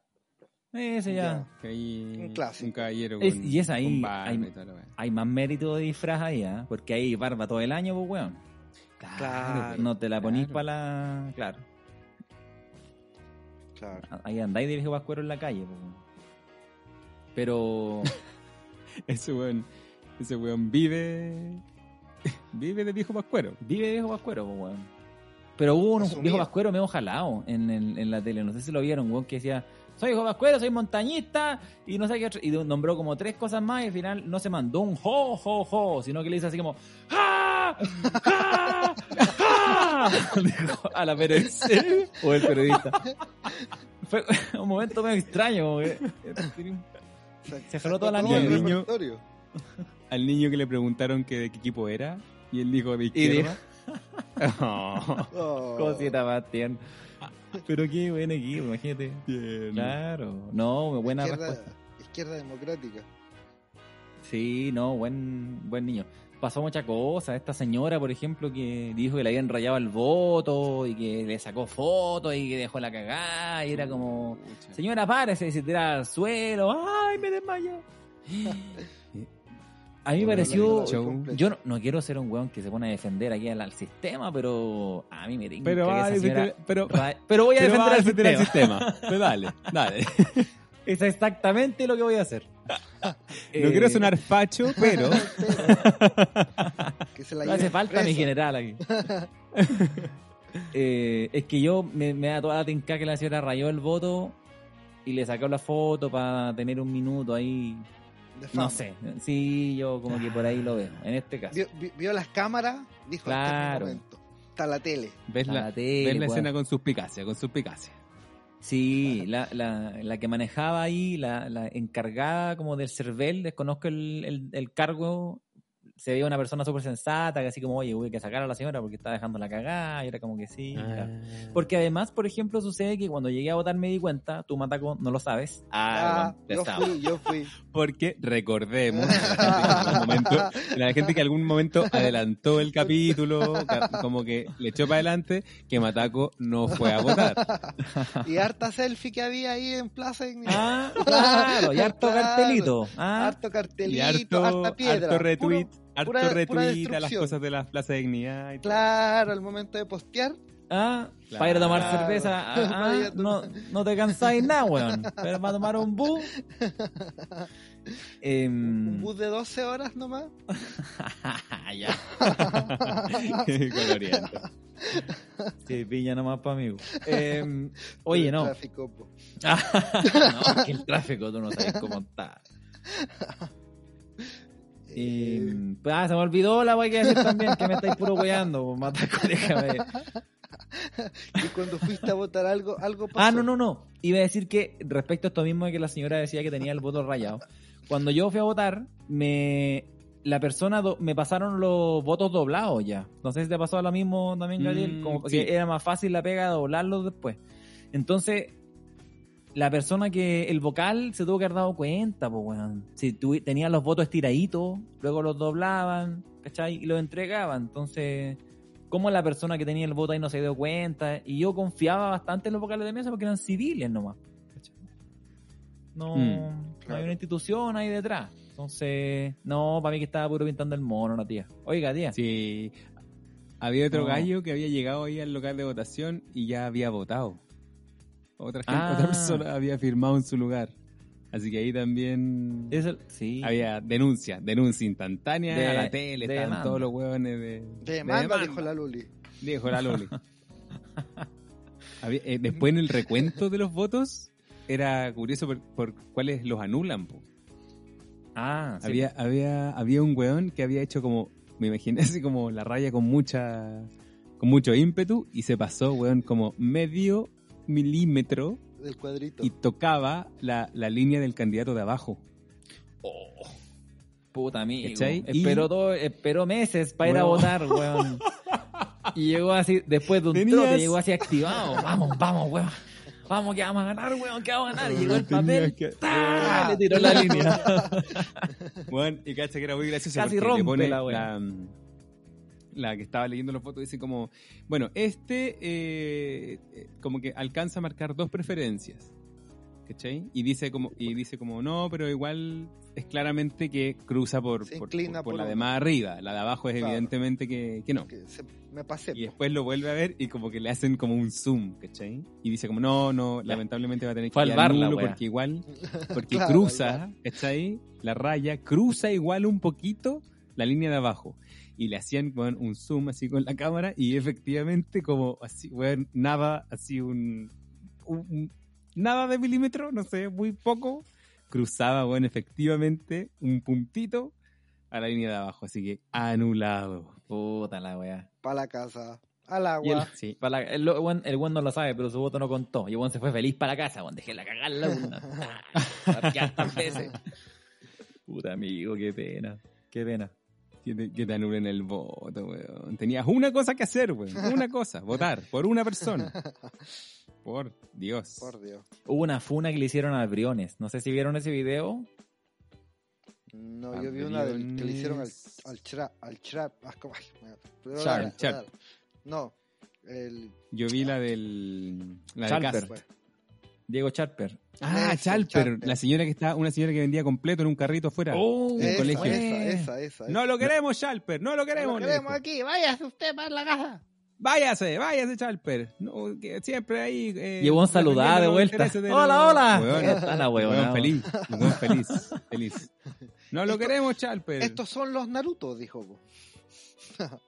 B: Ese ya.
C: que ahí-
A: Un clásico.
C: Un caballero
B: Es-
C: con-
B: y es ahí,
C: con barba
B: ahí-
C: y toda la wea.
B: Hay más mérito de disfraz ahí, ¿ah? Porque hay barba todo el año, pues, weón.
A: Claro.
B: No te la ponís
C: claro.
B: para la. Claro.
A: Claro.
B: Ahí andáis de viejo pascuero en la calle, pues, weón. Pero.
C: Ese weón, ese weón vive vive de viejo Pascuero.
B: Vive viejo pascuero, pues, weón. Pero hubo un
A: Asumido.
B: viejo pascuero medio jalado en, en- en la tele, no sé si lo vieron, weón, que decía, soy viejo pascuero, soy montañista, y no sé qué otro- y nombró como tres cosas más y al final no se mandó un jo, jo, jo, sino que le hizo así como, ¡Ah! ¡Ah! ¡Ah! Dijo, a la periodista, o el periodista. Fue un momento medio extraño, eh, weón. Se jaló toda la
A: todo el
C: niña. Niño.
A: repertorio.
C: Al niño que le preguntaron que de qué equipo era y él dijo de izquierda. Oh,
A: Oh.
B: Cosita más tierna. Pero qué buen equipo, imagínate.
C: bien.
B: Claro, no, buena respuesta.
A: Oh, izquierda, izquierda democrática.
B: Sí, no, buen, buen niño. Pasó muchas cosas. Esta señora, por ejemplo, que dijo que le habían rayado el voto y que le sacó fotos y que dejó la cagada y era como,
C: Pucha.
B: señora, párese, y se tiraba al suelo. ¡Ay, me desmayé! A mí me
C: Bueno,
B: pareció...
C: la show.
B: Yo no, no quiero ser un weón que se pone a defender aquí al, al sistema, pero a mí me tinca
C: Pero
B: que
C: va a
B: esa señora
C: defender- pero
B: ra- Pero voy a
C: pero
B: defender
C: va
B: al sistema.
C: sistema. Pues dale, dale.
B: Es exactamente lo que voy a hacer.
C: No
B: Eh,
C: quiero sonar facho, pero
A: que se la
B: No hace
A: lleven
B: falta
A: presa.
B: mi general aquí. Eh, es que yo me, me da toda la tinca que la señora rayó el voto y le sacó la foto para tener un minuto ahí
A: de fama.
B: No sé. Sí, yo como que por ahí lo veo. En este caso.
A: Vio, vi- vio las cámaras, dijo,
B: Claro.
A: claro. momento. Está la tele.
C: ¿Ves
B: Está
C: la,
B: la tele,
C: ves la
B: pues.
C: escena con suspicacia, con suspicacia?
B: Sí, la, la, la que manejaba ahí, la, la encargada como del CERVEL, desconozco el, el, el cargo, se veía una persona súper sensata, que así como, oye, hubo que sacar a la señora porque está dejando la cagada, y era como que
C: Ah.
B: sí. ya. Porque además, por ejemplo, sucede que cuando llegué a votar me di cuenta, tú Mataco no lo sabes.
A: Ah,
B: Ah, bueno,
A: yo
B: pesado.
A: fui, yo fui.
C: Porque recordemos la
B: este
C: gente que en algún momento- la gente que algún momento adelantó el capítulo, ca- como que le echó para adelante, que Mataco no fue a votar.
A: Y harta selfie que había ahí en Plaza Dignidad.
B: Ah, claro, y harto
A: Claro.
B: cartelito. Ah,
A: harto
C: Y
A: cartelito,
C: harto,
A: harta piedra.
C: harto retweet,
A: Puro-
C: harto
A: pura- pura
C: retweet a las
A: destrucción.
C: cosas de la Plaza de Dignidad y todo.
A: claro, al momento de postear.
B: Ah, para ir a tomar
A: Claro.
B: cerveza. Ah,
A: Para
B: ah,
A: ir a
B: no,
A: tomar.
B: no te cansáis nada, weón. Pero para tomar un bus. Em,
A: Un bus de 12 horas nomás.
B: ya.
C: Coloriento.
B: Sí, piña nomás para mí. Em, oye,
A: El
B: no.
A: tráfico, po.
B: no, es que el tráfico tú no sabes cómo está.
A: Eh,
B: Em, pues, ah, se me olvidó la weá que iba a decir también, que me estáis puro weando. pues, Mataco, déjame.
A: Y cuando fuiste a votar algo, algo pasó.
B: Ah, no, no, no. Iba a decir que respecto a esto mismo de que la señora decía que tenía el voto rayado. Cuando yo fui a votar, me la persona do- me pasaron los votos doblados ya. No sé si te pasó lo mismo también, Gabriel.
C: Mm,
B: como que
C: sí.
B: era más fácil la pega doblarlos después. Entonces, la persona que el vocal se tuvo que haber dado cuenta, pues, weón. Si tuvi- tenían los votos estiraditos, luego los doblaban, ¿cachai? Y los entregaban. Entonces, ¿cómo la persona que tenía el voto ahí no se dio cuenta? Y yo confiaba bastante en los vocales de mesa porque eran civiles nomás. ¿cachai? No,
C: Mm,
B: no
A: claro.
B: hay una institución ahí detrás. Entonces, no, para mí que estaba puro pintando el mono, la tía. Oiga, tía.
C: Sí. Había otro
B: No.
C: gallo que había llegado ahí al local de votación y ya había votado. Otra, gente-
B: Ah.
C: otra persona había firmado en su lugar. Así que ahí también
B: Es el- sí.
C: había denuncia, denuncia instantánea
B: De-
C: a la tele, estaban
B: demanda.
C: todos los huevones de,
A: Te
C: de
A: demanda,
C: demanda.
A: dijo la Luli.
C: Dijo la Loli. Había- eh, después en el recuento de los votos era curioso por, por cuáles los anulan. po.
B: Ah, sí.
C: Había, había, había un weón que había hecho como, me imaginé así como la raya con mucha, con mucho ímpetu y se pasó, weón, como medio milímetro
A: Del cuadrito.
C: y tocaba la, la línea del candidato de abajo.
B: Puta amigo.
C: ¿Cachai?
B: Esperó,
C: Y-
B: todo, esperó meses para ir a
C: Weón.
B: votar, weón. Y llegó así, después de un
C: Tenías-
B: trote, llegó así activado. Vamos, vamos, weón. Vamos, que vamos a ganar, weón, que vamos a ganar. Y llegó el
C: Tenías
B: papel.
C: que-
B: ¡tá! Le tiró la línea.
C: Bueno, y cacha que era muy gracioso
B: Casi
C: porque le
B: rompe
C: pone
B: la
C: la,
B: wea.
C: la que estaba leyendo los fotos dice como, bueno, este eh, eh, como que alcanza a marcar dos preferencias. ¿Cachai? Y dice como, y dice como, no, pero igual es claramente que cruza por,
A: Se
C: por,
A: inclina
C: por- por
A: por
C: la de
A: una.
C: más arriba. La de abajo es
A: Claro.
C: evidentemente que, que no.
A: Que se- me pasé.
C: Y
A: po.
C: después lo vuelve a ver y como que le hacen como un zoom, ¿cachai? Y dice como, no, no, lamentablemente va a tener que
B: Fue al
C: quedar
B: bar la
C: nulo
B: wea.
C: porque igual, porque
A: Claro, al
C: cruza, ¿cachai? La raya, cruza igual un poquito la línea de abajo. Y le hacían weón, un zoom así con la cámara y efectivamente como así, weón, nada, así un, un- un- nada de milímetro, no sé, muy poco, cruzaba, bueno, efectivamente un puntito a la línea de abajo, así que anulado.
B: Puta la weá.
A: Para la casa. Al
B: Y el,
A: agua.
C: Sí.
B: pa' la- el, weón- el weón no lo sabe, pero su voto no contó. Y el weón se fue feliz para la casa, weón. Dejé la cagar la urna. Ah, ya, tantas veces. Puta amigo, qué pena. Qué pena.
C: Que te, que te anulen el voto, weón. Tenías una cosa que hacer, weón. Una cosa, votar por una persona. Por Dios.
A: Por Dios.
B: Hubo una funa que le hicieron a Briones. No sé si vieron ese video.
A: No, yo vi una del, que le hicieron al, al trap. Al trap. Ah, como- ay, me- pero
B: Char,
A: nada,
C: char.
A: nada. No. El. pues.
C: Yo vi la del. La del
B: Chalper.
C: Cast.
A: bueno,
B: Diego Charper.
C: Ah,
A: Eso,
C: Chalper.
A: Chalper.
C: La señora que está, una señora que vendía completo en un carrito afuera.
B: Oh,
C: del
A: esa,
C: colegio.
A: Esa, esa, esa.
C: no lo queremos, Chalper. No lo queremos.
A: queremos.
C: le
A: queremos eh. aquí.
C: dijo.
A: Váyase usted para la casa.
C: Váyase, váyase, Chalper. No, que siempre ahí. eh,
B: Llegó un saludar de
C: defendiendo los
B: vuelta.
C: intereses de los-
B: Hola, hola.
C: Weón,
B: Está la
C: weón,
B: huevona, weón.
C: feliz. weón, feliz. Feliz. No lo
A: Esto-
C: queremos, Chalper.
A: Estos son los Naruto, dijo. po.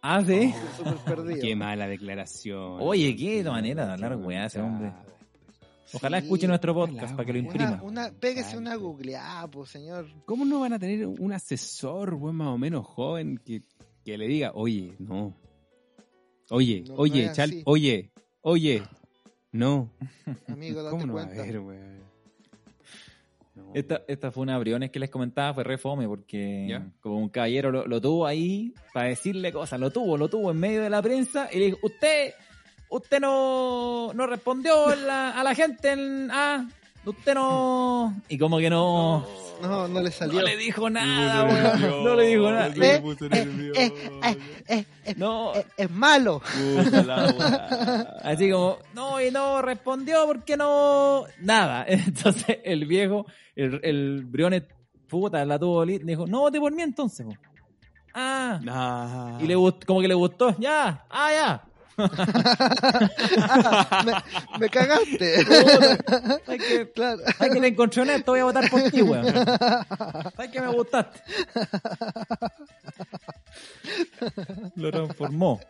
B: Ah, sí.
A: Súper perdido.
C: Qué mala declaración.
B: Oye, qué manera de hablar, weá, ese hombre. Ojalá
A: Oh, Sí,
B: escuche nuestro
C: ojalá,
B: podcast para que lo
C: ojalá.
B: imprima.
A: Una, una, pégase una
C: Exacto.
A: googleada, pues señor.
C: ¿Cómo no van a tener un asesor, weón, más o menos joven que, que le diga, oye, no. Oye,
A: No, no
C: oye,
A: es
C: chal,
A: así.
C: oye, oye, no.
A: Amigo, date
C: ¿Cómo no va a
A: cuenta.
C: haber, weón? No.
B: Esta, esta fue una abriones que les comentaba, fue re fome, porque
C: Ya.
B: como un caballero lo, lo tuvo ahí para decirle cosas, lo tuvo, lo tuvo en medio de la prensa y le dijo, usted, usted no, no respondió la- a la gente, en- ah, usted no... Y como que no...
A: No, no le salió.
B: No le dijo nada, weón. No le dijo nada.
A: Eh,
C: puso
A: eh, eh, eh, eh,
B: No,
A: eh, es malo.
B: puta la weá. Así como, no, y no respondió porque no. Nada. Entonces el viejo, el, el Briones, puta, la tuvo li- le dijo, no voté por mí entonces. po". Ah.
C: Nah.
B: Y le gust- como que le gustó, ya, ah, ya.
A: Ah, me, me cagaste.
B: Puta, ¿Sabes que,
A: claro.
B: sabes que te encontré honesto? Voy a votar por ti, weón. ¿Sabes que me gustaste? Lo transformó.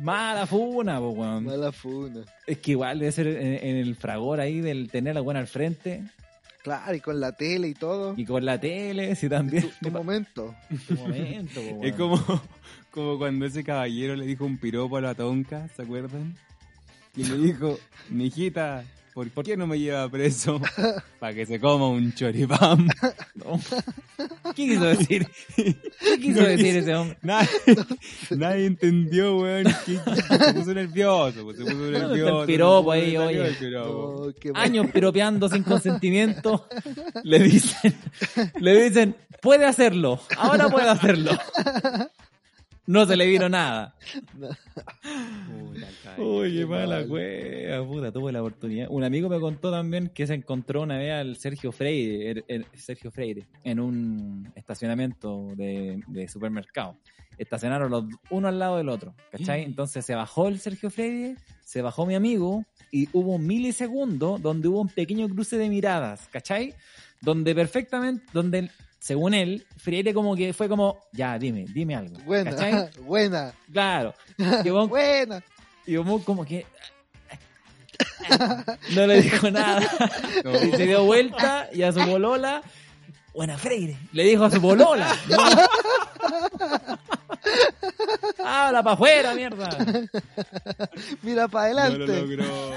B: Mala funa, po, weón.
A: Mala funa.
B: Es que igual debe ser en, en el fragor ahí del tener a buena al frente
A: Claro, y con la tele y todo.
B: y con la tele, si también.
A: Tu momento.
B: Tu momento, po,
C: Es
B: weón.
C: como, como cuando ese caballero le dijo un piropo a la tonca, ¿se acuerdan? Y le dijo, mijita, ¿por qué no me lleva preso? Para que se coma un choripán.
B: No. ¿Qué quiso decir? ¿Qué quiso
C: No
B: decir
C: quiso.
B: ese hombre?
C: Nadie, nadie entendió, weón. que- que Se puso nervioso, pues, se puso nervioso.
B: el piropo
C: se
B: ahí,
C: puso nervioso
B: oye.
C: el piropo.
A: No, qué mal.
B: Años piropeando sin consentimiento. Le dicen, le dicen, puede hacerlo, ahora puede hacerlo. No se le vino nada.
C: Puta, cabrón.
B: Oye, mala
A: mal.
B: wea, puta, tuve la oportunidad. Un amigo me contó también que se encontró una vez al Sergio Freire, er- er- Sergio Freire en un estacionamiento de, de supermercado. Estacionaron los uno al lado del otro, ¿cachai? Entonces se bajó el Sergio Freire, se bajó mi amigo y hubo un milisegundo donde hubo un pequeño cruce de miradas, ¿cachai? Donde perfectamente, donde según él, Freire como que fue como, ya, dime, dime algo.
A: Buena,
B: ¿Cachai?
A: buena,
B: Claro. Y vos-
A: buena.
B: y Omo como que... No le dijo nada.
C: No,
B: Y se dio vuelta y a su bolola... Buena Freire. Le dijo a su bolola. ¿no? ¡Habla para afuera, mierda!
A: Mira para
C: no lo
A: adelante.
C: logró.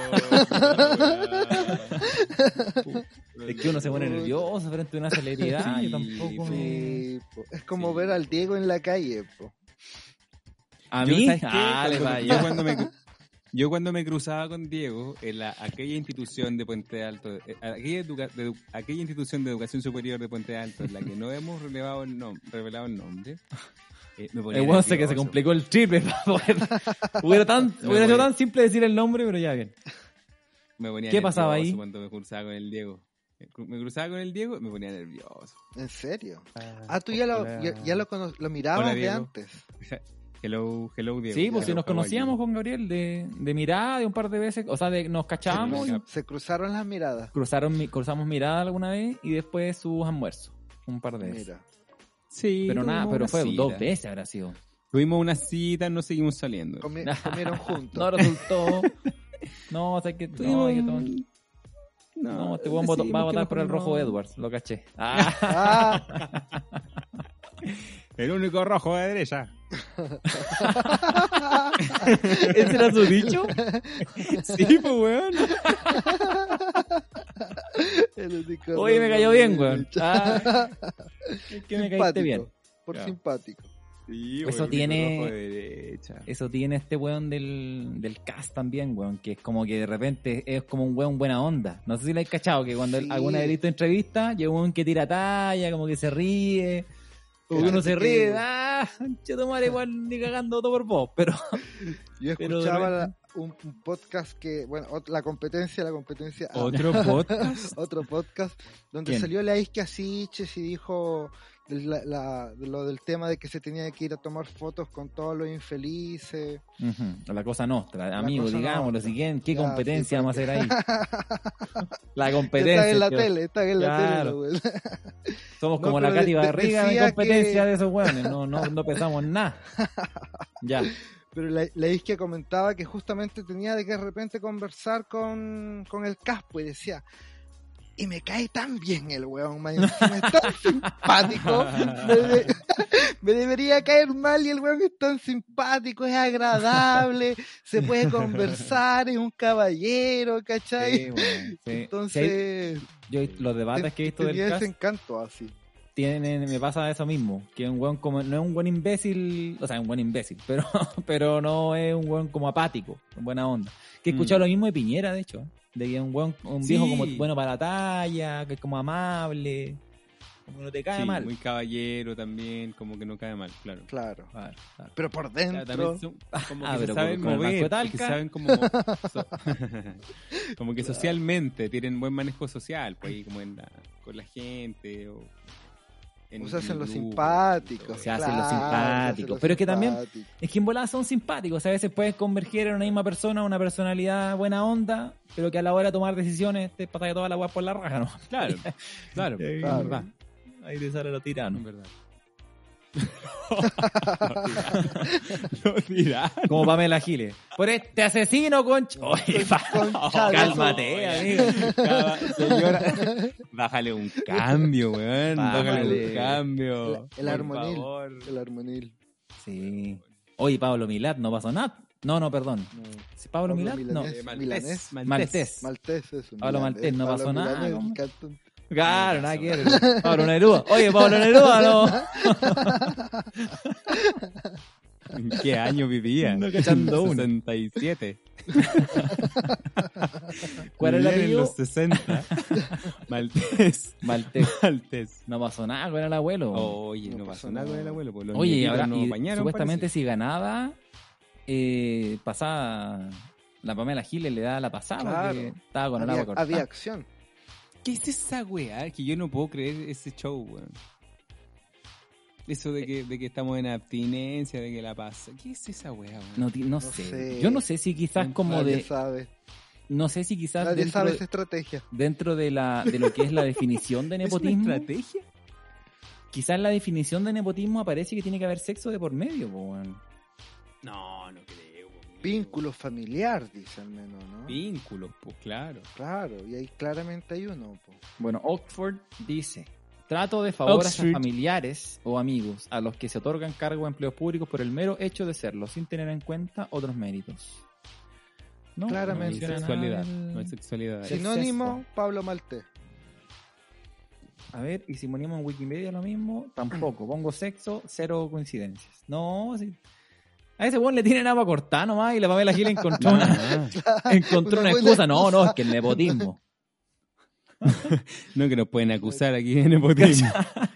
C: weón.
B: Es que uno se pone nervioso frente a una celebridad.
C: Sí,
B: Yo tampoco me...
A: Sí, po. Es como
C: Sí.
A: ver al Diego en la calle. po.
B: ¿A
C: Yo,
B: mí?
C: ¿sabes qué?
B: Dale,
C: Cuando-
B: pa'
C: yo,
B: allá.
C: cuando me, cru- yo cuando me cruzaba con Diego en la, aquella institución de Puente Alto, eh, aquella, educa- de edu- aquella institución de educación superior de Puente Alto, en la que no hemos relevado el nom- revelado el nombre, eh, me ponía
B: El weón sé que se
C: nervioso.
B: complicó el triple. pa' poder- Hubiera, tan,
C: Me
B: hubiera sido
C: voy.
B: tan simple decir el nombre, pero ya bien.
C: Me ponía
B: ¿Qué pasaba
C: nervioso
B: ahí?
C: Cuando me cruzaba con el Diego. Me cru- Me cruzaba con el Diego y me ponía nervioso.
A: ¿En serio? Ah, tú ya lo, ya, ya lo, cono- lo mirabas
C: Hola,
A: de
C: Diego.
A: antes.
C: Hello, hello Diego.
B: Sí, pues si nos
C: Hello, how are you?
B: conocíamos con Gabriel de, de mirada de un par de veces, o sea, de, nos cachábamos y
A: Se cruzaron las miradas.
B: cruzaron, mi- cruzamos mirada alguna vez y después sus almuerzos, un par de veces.
A: Mira.
B: pues,
C: Sí,
B: Pero nada,
C: tuvimos
B: pero
C: una
B: fue
C: cita.
B: dos veces habrá sido.
C: Tuvimos una cita, no seguimos saliendo.
A: Comi- comieron juntos.
B: pues, No resultó. no, o sea que no, yo tengo- no, este weón votó- va a votar por el rojo
C: Edward.
B: Edwards, lo caché. Ah,
A: Ah,
C: El único rojo de derecha.
B: ese era su dicho.
C: Sí, pues, weón.
A: el único
B: Oye, me cayó
A: nombre
B: bien,
A: de
B: weón.
A: dicho.
B: Ah, es que me caíste
A: Simpático,
B: bien.
A: Por
C: Ya.
A: simpático.
C: Sí,
B: Eso tiene-
C: Rojo de derecha.
B: Eso tiene este weón del, del cast también, weón, que es como que de repente es como un weón buena onda. No sé si lo has cachado, que cuando
A: Sí.
B: alguna vez he visto entrevista, llega un weón que tira talla, como que se ríe, como que uno se
A: Claro,
B: ríe,
A: que-
B: ah, yo tomar igual ni cagando todo por vos, pero
A: Yo
B: Pero de
A: escuchaba la- un, un podcast que, bueno, ot- la competencia, la competencia. ah,
C: Otro podcast.
A: otro podcast donde
B: ¿Quién?
A: salió la Isque Asiches y dijo de la- la- de lo del tema de que se tenía que ir a tomar fotos con todos los infelices.
B: Ujú, la cosa nostra, amigo,
A: cosa
B: digamos, lo
A: nostra.
B: siguiente, ¿qué
A: Ya,
B: competencia
A: sí,
B: vamos a hacer ahí? La
A: Está
B: competencia.
A: en la
B: tío.
A: tele, está en la
B: Claro.
A: tele. la wea.
B: Somos
A: No,
B: como
A: pero
B: la Cati
A: de- de-
B: Barriga de
A: decía
B: competencia
A: que-
B: de esos weones, no, no, no pensamos en nada. Ya.
A: pero la, la isquia comentaba que justamente tenía de que de repente conversar con, con el caspo y decía, y me cae tan bien el weón, man, encima es tan simpático, me, de- me debería caer mal y el weón es tan simpático, es agradable, se puede conversar, es un caballero, ¿cachai?
B: Sí, bueno, sí. Sí,
A: Entonces,
B: yo los debates
A: ten-
B: que he visto del
A: tenía
B: cast
A: ese encanto así.
B: tienen, me pasa eso mismo, que un weón como, no es un buen imbécil, o sea, es un buen imbécil, pero, pero no es un weón como apático, en buena onda. Que he escuchado
C: Mm.
B: lo mismo de Piñera, de hecho, de que es un weón, un
C: Sí.
B: viejo como bueno para la talla, que es como amable, como no te cae
C: Sí,
B: mal.
C: muy caballero también, como que no cae mal, claro.
A: Claro.
B: Claro, claro.
A: Pero por
C: Claro,
A: dentro.
C: también son como
B: Ah,
C: que se
B: pero
C: saben
B: como el Banco de
C: mover,
B: Talca.
C: que saben como, so- como que socialmente tienen buen manejo social, pues ahí como en la- con la gente o en-
A: o se Pues hacen
C: en el
A: los
C: grupo,
A: simpáticos.
C: todo
B: Se hacen los
A: claro,
B: simpáticos.
A: los
B: Pero es que también-
A: simpáticos.
B: Es que en volada son simpáticos, o sea, a veces puedes converger en una misma persona, una personalidad buena onda, pero que a la hora de tomar decisiones te pasa toda la weá por la raja, ¿no?
C: eso. Claro,
A: Claro.
C: claro, es verdad,
B: Ahí te sale lo
C: es
B: tirano.
C: verdad. no dirá.
B: Como Pamela Giles. Por este asesino, concha. Oye, pa-
A: Concha de
B: cálmate, amigo.
C: Cada- señora, bájale un cambio, weón. Bájale
A: Bájale.
C: un cambio.
A: El- el
C: por
A: armonil.
C: favor.
A: El armonil.
B: Sí. Oye, Pablo Milat, no pasó nada. No, no, perdón.
A: no.
B: ¿Sí, Pablo,
A: Pablo
B: Milat, no.
A: Milanés.
C: Eh,
A: Milanés.
B: Maltés.
A: Maltés eso.
B: Pablo Maltés, no pasó nada, ¿no? Claro,
C: No
B: nada
C: pasó.
B: que ver. Pablo Neruda. Oye, Pablo Neruda, no.
C: ¿En qué año vivía?
B: No cachando uno.
C: 67.
B: ¿Cuál era el
C: Vivía en
B: apellido?
C: los 60. Maltés.
B: Maltés.
C: Maltés.
B: No pasó nada con el abuelo.
C: Oye,
A: No
C: no,
A: pasó
C: pasó nada con
A: nada.
C: el abuelo. pues los
B: Oye,
C: nietitos
B: ahora
C: no
B: y
C: bañaron,
B: supuestamente
C: parece.
B: si ganaba, eh, pasaba. La Pamela Giles le daba la pasada porque
A: Claro.
B: estaba con el
A: había,
B: agua cortada.
A: había acción.
C: ¿Qué es esa weá? Que yo no puedo creer ese show, weón. Eso de que, de que estamos en abstinencia, de que la pasa. ¿Qué es esa weá, weón?
B: No, ti- no sé. Yo no sé si quizás como
A: nadie
B: de.
A: sabe.
B: No sé si quizás
A: Nadie
B: dentro,
A: sabe esa estrategia.
B: dentro de, la, de lo que es la definición de
C: ¿Es una
B: nepotismo.
C: estrategia?
B: Quizás la definición de nepotismo aparece que tiene que haber sexo de por medio, po, weón.
C: No, no creo. weón.
A: Vínculo familiar, dice al menos, ¿no?
C: Vínculos, pues claro.
A: Claro, y ahí claramente hay uno. po.
B: Bueno, Oxford dice: Trato de favores a
C: Oxford.
B: familiares o amigos a los que se otorgan cargos o empleos públicos por el mero hecho de serlo, sin tener en cuenta otros méritos. No,
C: No hay
A: Claramente.
B: menciona nada
C: sexualidad.
B: del-
C: No hay sexualidad.
B: Sí.
A: Sinónimo, Pablo Maltés.
B: A ver, y si ponemos en Wikimedia lo mismo,
C: Mm.
B: tampoco. Pongo sexo, cero coincidencias. No, sí. A ese weón le tienen agua cortada nomás y la Pamela Gil encontró una, encontró
A: Una
B: una
A: buena
B: excusa. No, no, es que el nepotismo.
C: No que nos pueden acusar aquí de nepotismo.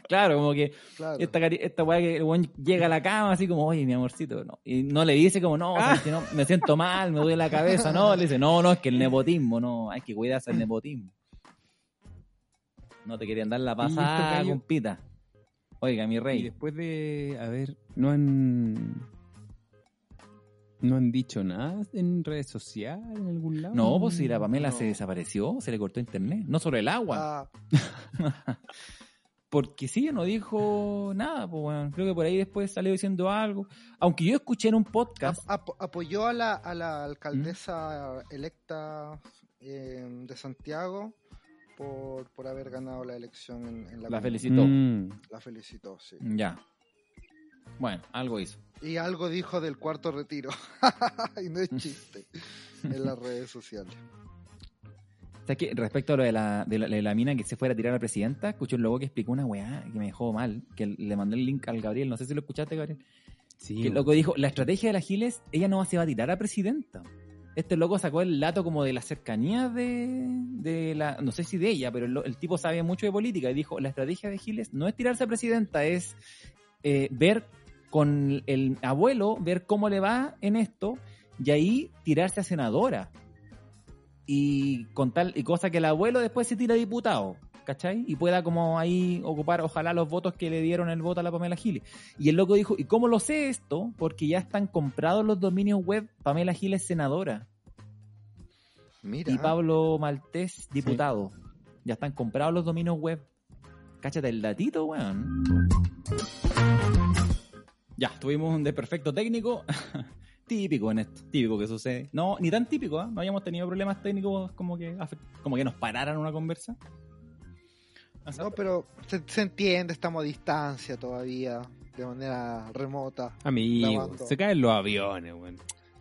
B: Claro, como que
A: Claro.
B: esta, cari- esta weá que el weón llega a la cama así como, oye, mi amorcito, no. Y no le dice como, no,
C: Ah.
B: ¿sabes que no? me siento mal, me duele la cabeza, no. Le dice, no, no, es que el nepotismo, no, hay que cuidarse del nepotismo. No te querían dar la pasada,
C: gallo.
B: compita. Oiga, mi
C: Y
B: rey.
C: después de, a ver, no han no han dicho nada en redes sociales en algún lado.
B: No, pues si la Pamela se
A: Mm, No.
B: desapareció, se le cortó internet, no solo el agua.
A: Ah,
B: Porque sí, no dijo nada, pues bueno, creo que por ahí después salió diciendo algo. Aunque yo escuché en un podcast,
A: ap- apoyó a la, a la alcaldesa
B: ¿Mm?
A: electa eh, de Santiago por, por haber ganado la elección en, en la
B: la
A: comuna.
B: felicitó.
C: Mm.
A: La felicitó, sí.
B: Ya. Bueno, algo hizo.
A: Y algo dijo del cuarto retiro. y no es chiste. en las redes sociales.
B: O sea, que respecto a lo de la, de, la, de la mina que se fuera a tirar a la presidenta, escuché un loco que explicó una weá que me dejó mal, que le mandé el link al Gabriel, no sé si lo escuchaste, Gabriel.
C: Sí,
B: Que el loco dijo, la estrategia de la Giles, ella no se va a tirar a presidenta. Este loco sacó el lato como de la cercanía de, de la, no sé si de ella, pero el, lo- el tipo sabe mucho de política y dijo, la estrategia de Giles no es tirarse a presidenta, es eh, ver con el abuelo, ver cómo le va en esto y ahí tirarse a senadora. Y con tal, y cosa que el abuelo después se tira a diputado, ¿cachai? Y pueda como ahí ocupar, ojalá, los votos que le dieron el voto a la Pamela Giles. Y el loco dijo, ¿y cómo lo sé esto? Porque ya están comprados los dominios web. Pamela Giles senadora
A: Mira.
B: y Pablo Maltés diputado. Ya están comprados los dominios web. Cáchate el datito, weón. Ya, tuvimos un desperfecto técnico. Típico en esto, típico que sucede. No, ni tan típico, ¿ah? no habíamos tenido problemas técnicos como que, afe- como que nos pararan una conversa. O sea,
A: No, pero se, se entiende, estamos a distancia todavía, de manera remota.
C: Amigo,
A: Grabando.
C: se caen los aviones, weón.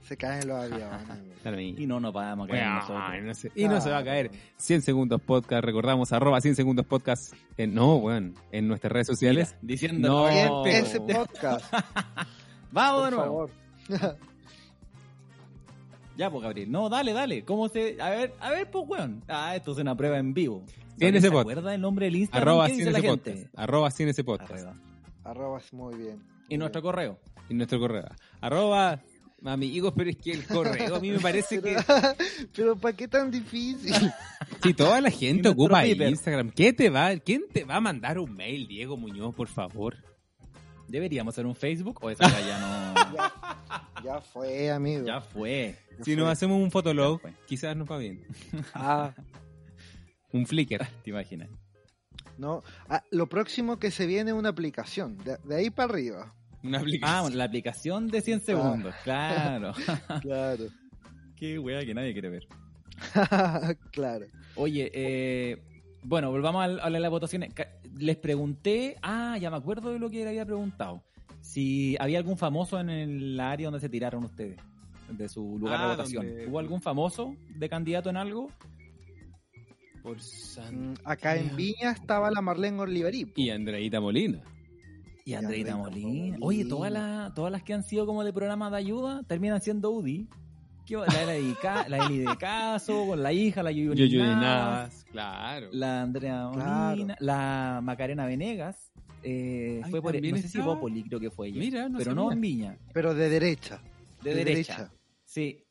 A: Se caen los aviones.
C: Dale, amigo.
B: Y no nos vamos a caer
C: Weón,
B: nosotros.
C: no sé- y no se va a caer.
A: Claro.
C: 100 segundos podcast, recordamos, arroba 100 segundos podcast. en- no, weón, en nuestras redes sociales.
B: Mira, Diciendo, este,
C: No.
A: Bien,
C: Gente,
A: ese podcast,
B: vamos de
A: por
B: nuevo.
A: favor.
B: Ya, pues, Gabriel. No, dale, dale. ¿Cómo se.? A ver, a ver, pues, weón. Ah, esto es una prueba en vivo.
C: Tiene ese
B: ¿Se
C: bot.
B: acuerda el nombre del Instagram?
C: Arroba
B: ¿Qué
C: 100
B: dice la
C: ese
B: gente?
C: podcast. Arroba 100 ese podcast.
B: Arroba.
A: Arrobas muy bien. muy
B: Y
A: bien.
B: nuestro correo.
C: Y nuestro correo. Arroba, amigos, pero es que el correo a mí me parece que...
A: Pero ¿para qué tan difícil?
C: Si toda la gente
B: nuestro
C: ocupa
B: Viper.
C: Instagram, ¿qué te va, ¿quién te va a mandar un mail, Diego Muñoz, por favor?
B: ¿Deberíamos hacer un Facebook o esa ya no.
A: ya fue, amigo.
B: ya fue.
C: Si nos hacemos un fotolog,
B: Ya fue.
C: quizás nos va bien.
A: Ah,
C: Un Flickr.
B: Te imaginas.
A: no. Ah, lo próximo que se viene es una aplicación. De, de ahí para arriba.
C: Una
B: Ah,
C: aplicación.
B: la aplicación de 100
C: Ah.
B: segundos. Claro.
A: Claro.
B: Qué wea que nadie quiere ver.
A: claro.
B: Oye, eh, bueno, volvamos al- a, la- las votaciones. Ca- Les pregunté, ah, ya me acuerdo de lo que le había preguntado. Si había algún famoso en el área donde se tiraron ustedes, de su lugar
C: Ah,
B: de votación.
C: donde-
B: ¿Hubo algún famoso de candidato en algo?
C: Por San-
A: Mm, Acá en Viña estaba la Marlene Oliverí. po.
C: Y Andreita Molina.
B: Y
A: Andreita
B: Andreita Molina.
A: Molina.
B: Oye, todas las, todas las que han sido como de programa de ayuda terminan siendo UDI. ¿Qué va- La de la, dedica- la Eli de Caso, con la hija, la Yuyu
C: Yo, yo de
B: Navas.
C: nada. Claro.
B: la Andrea
A: Claro.
B: Molina, la Macarena Venegas, eh,
C: Ay,
B: fue por,
C: también
B: no sé si
C: estaba.
B: Bópoli creo que fue ella,
C: Mira, no
B: pero no
C: sabía.
B: en Viña,
A: Pero de derecha.
B: de, derecha. sí,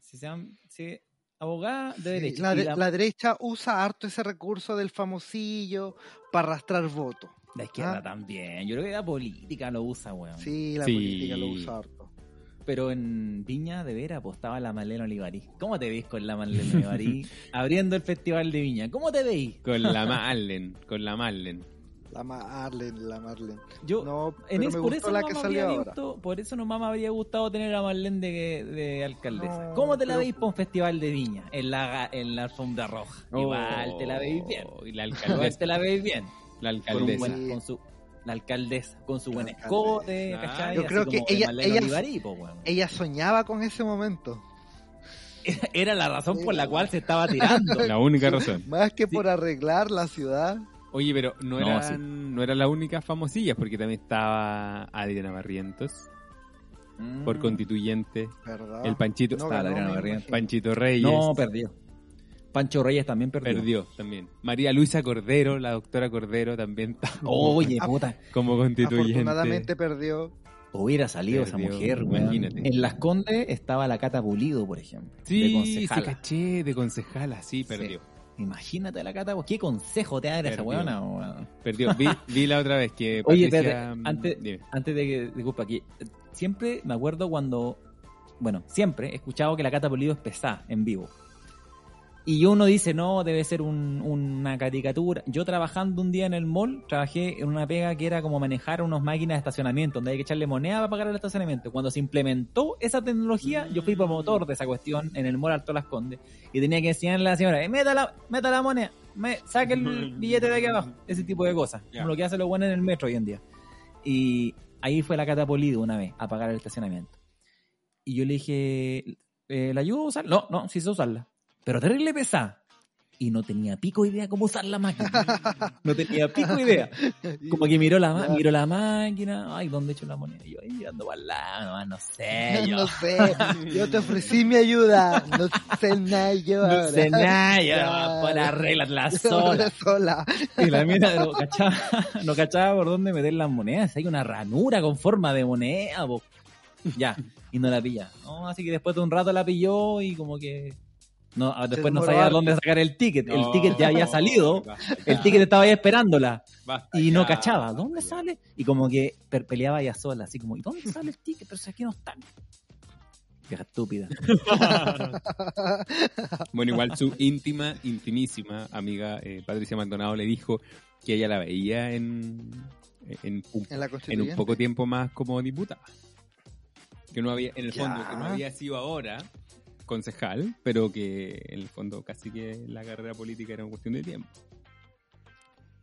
B: sí, sean, sí, abogada de
A: Sí,
B: derecha,
A: La,
B: Y
A: de-
B: la,
A: la derecha usa harto ese recurso del famosillo para arrastrar votos.
B: la izquierda
A: ah.
B: también, yo creo que la política lo usa, weón,
A: Sí, la
C: Sí.
A: política lo usa harto.
B: pero en Viña de veras apostaba la Malena Olivarí, ¿cómo te veis con la Malena Olivarí abriendo el festival de Viña? ¿Cómo te veis?
C: Con la Marlen. Con la Marlen.
A: La Marlene, la Marlene.
B: Yo,
A: No,
B: Oh, en
A: pero
B: es- por
A: me gustó
B: eso
A: la
B: no
A: que
B: me
A: salió
B: habría
A: ahora.
B: visto- por eso nomás me habría gustado tener a Marlene de, de alcaldesa.
A: No,
B: ¿Cómo te la
A: pero-
B: veis para un festival de viña? En la, ga- en la alfombra roja. Igual te la veis bien.
C: Oh,
A: Oh.
C: Y la
B: Igual
C: alcaldesa.
B: te la veis bien.
C: la
B: Con un
C: alcaldesa.
A: buen-
B: buen- con su, la alcaldesa, con su buen
A: La
B: escote,
C: alcaldesa.
B: ¿cachai?
A: Yo
B: Así
A: creo que
B: como de
A: ella-
B: Marlene
A: ella-
B: Olivarí, po, weón.
A: Ella soñaba con ese momento.
B: Era la razón por la
A: Era-
B: cual se estaba tirando.
C: La única razón.
A: Más que
B: Sí.
A: por arreglar la ciudad.
C: Oye, pero no,
B: No,
C: eran,
B: sí.
C: no eran las únicas famosillas, porque también estaba Adriana Barrientos,
B: Mm.
C: por constituyente,
A: ¿Verdad?
C: el Panchito,
A: No
B: Está la
A: ganó,
B: gran
A: me
B: barriga.
A: imagino.
C: Panchito Reyes,
B: No, perdió. Pancho Reyes también perdió.
C: perdió también. María Luisa Cordero, la doctora Cordero también estaba
B: Oye, puta.
C: como constituyente.
A: Afortunadamente perdió.
B: Hubiera salido esa
C: Perdió,
B: mujer, weón.
C: imagínate.
B: En Las Condes estaba la Cata Pulido, por ejemplo. de
C: Sí, se
B: concejala.
C: caché de concejala, sí, perdió.
B: Imagínate a la Cata, pues, ¿qué consejo te da esa
C: Perdió.
B: weona? weón?
C: Perdió. Vi, vi la otra vez que
B: Oye,
C: Patricia- mm,
B: espérate, antes-
C: dime.
B: Antes de que, disculpa, aquí, eh, siempre me acuerdo cuando, bueno, siempre he escuchado que la Cata Pulido es pesada en vivo. Y uno dice, no, debe ser un- una caricatura. Yo trabajando un día en el mall, trabajé en una pega que era como manejar unas máquinas de estacionamiento, donde hay que echarle moneda para pagar el estacionamiento. Cuando se implementó esa tecnología, yo fui promotor de esa cuestión en el mall Alto Las Condes. Y tenía que enseñarle a la señora, "Eh, meta la, meta la moneda, me, saque el billete de aquí abajo. Ese tipo de cosas.
C: Ya.
B: Como lo que hacen los buenos en el metro hoy en día. Y ahí fue la catapolido una vez a pagar el estacionamiento. Y yo le dije, "Eh, ¿la ayudo a usar? No, no, sí sé usarla. Pero terrible pesada. Y no tenía pico idea cómo usar la máquina. No tenía pico idea. Como que miró la, ma-
A: Claro.
B: miró la máquina. Ay, ¿dónde echo la moneda? Y yo ahí mirando para el lado, nomás, no sé. Eh, Yo,
A: No sé, yo te ofrecí mi ayuda. No sé nada yo ahora.
B: no sé nada. Yo,
A: Claro.
B: por arreglarla
A: Yo
B: sola.
A: ahora sola.
B: Y la mina no cachaba, no cachaba por dónde meter las monedas. Hay una ranura con forma de moneda, po. Ya, y no la pilla. No, así que después de un rato la pilló y como que. No, ah, después no
A: demoró
B: sabía
A: harto.
B: dónde sacar el ticket.
C: No,
B: el ticket ya había salido.
C: basta
B: El
C: ya,
B: ticket estaba ahí esperándola.
C: basta
B: Y no
C: ya,
B: cachaba.
C: basta
B: ¿Dónde
C: ya.
B: sale? Y como que per- peleaba ella sola. Así como, ¿y dónde sale el ticket? Pero si aquí no están. Vieja estúpida.
C: Bueno, igual su íntima, intimísima amiga eh, Patricia Maldonado le dijo que ella la veía en, en, un,
A: En la
C: en
A: constituyente.
C: un poco tiempo más como diputada. que no había, en el
A: Ya.
C: fondo, que no había sido ahora concejal, pero que en el fondo casi que la carrera política era una cuestión de tiempo.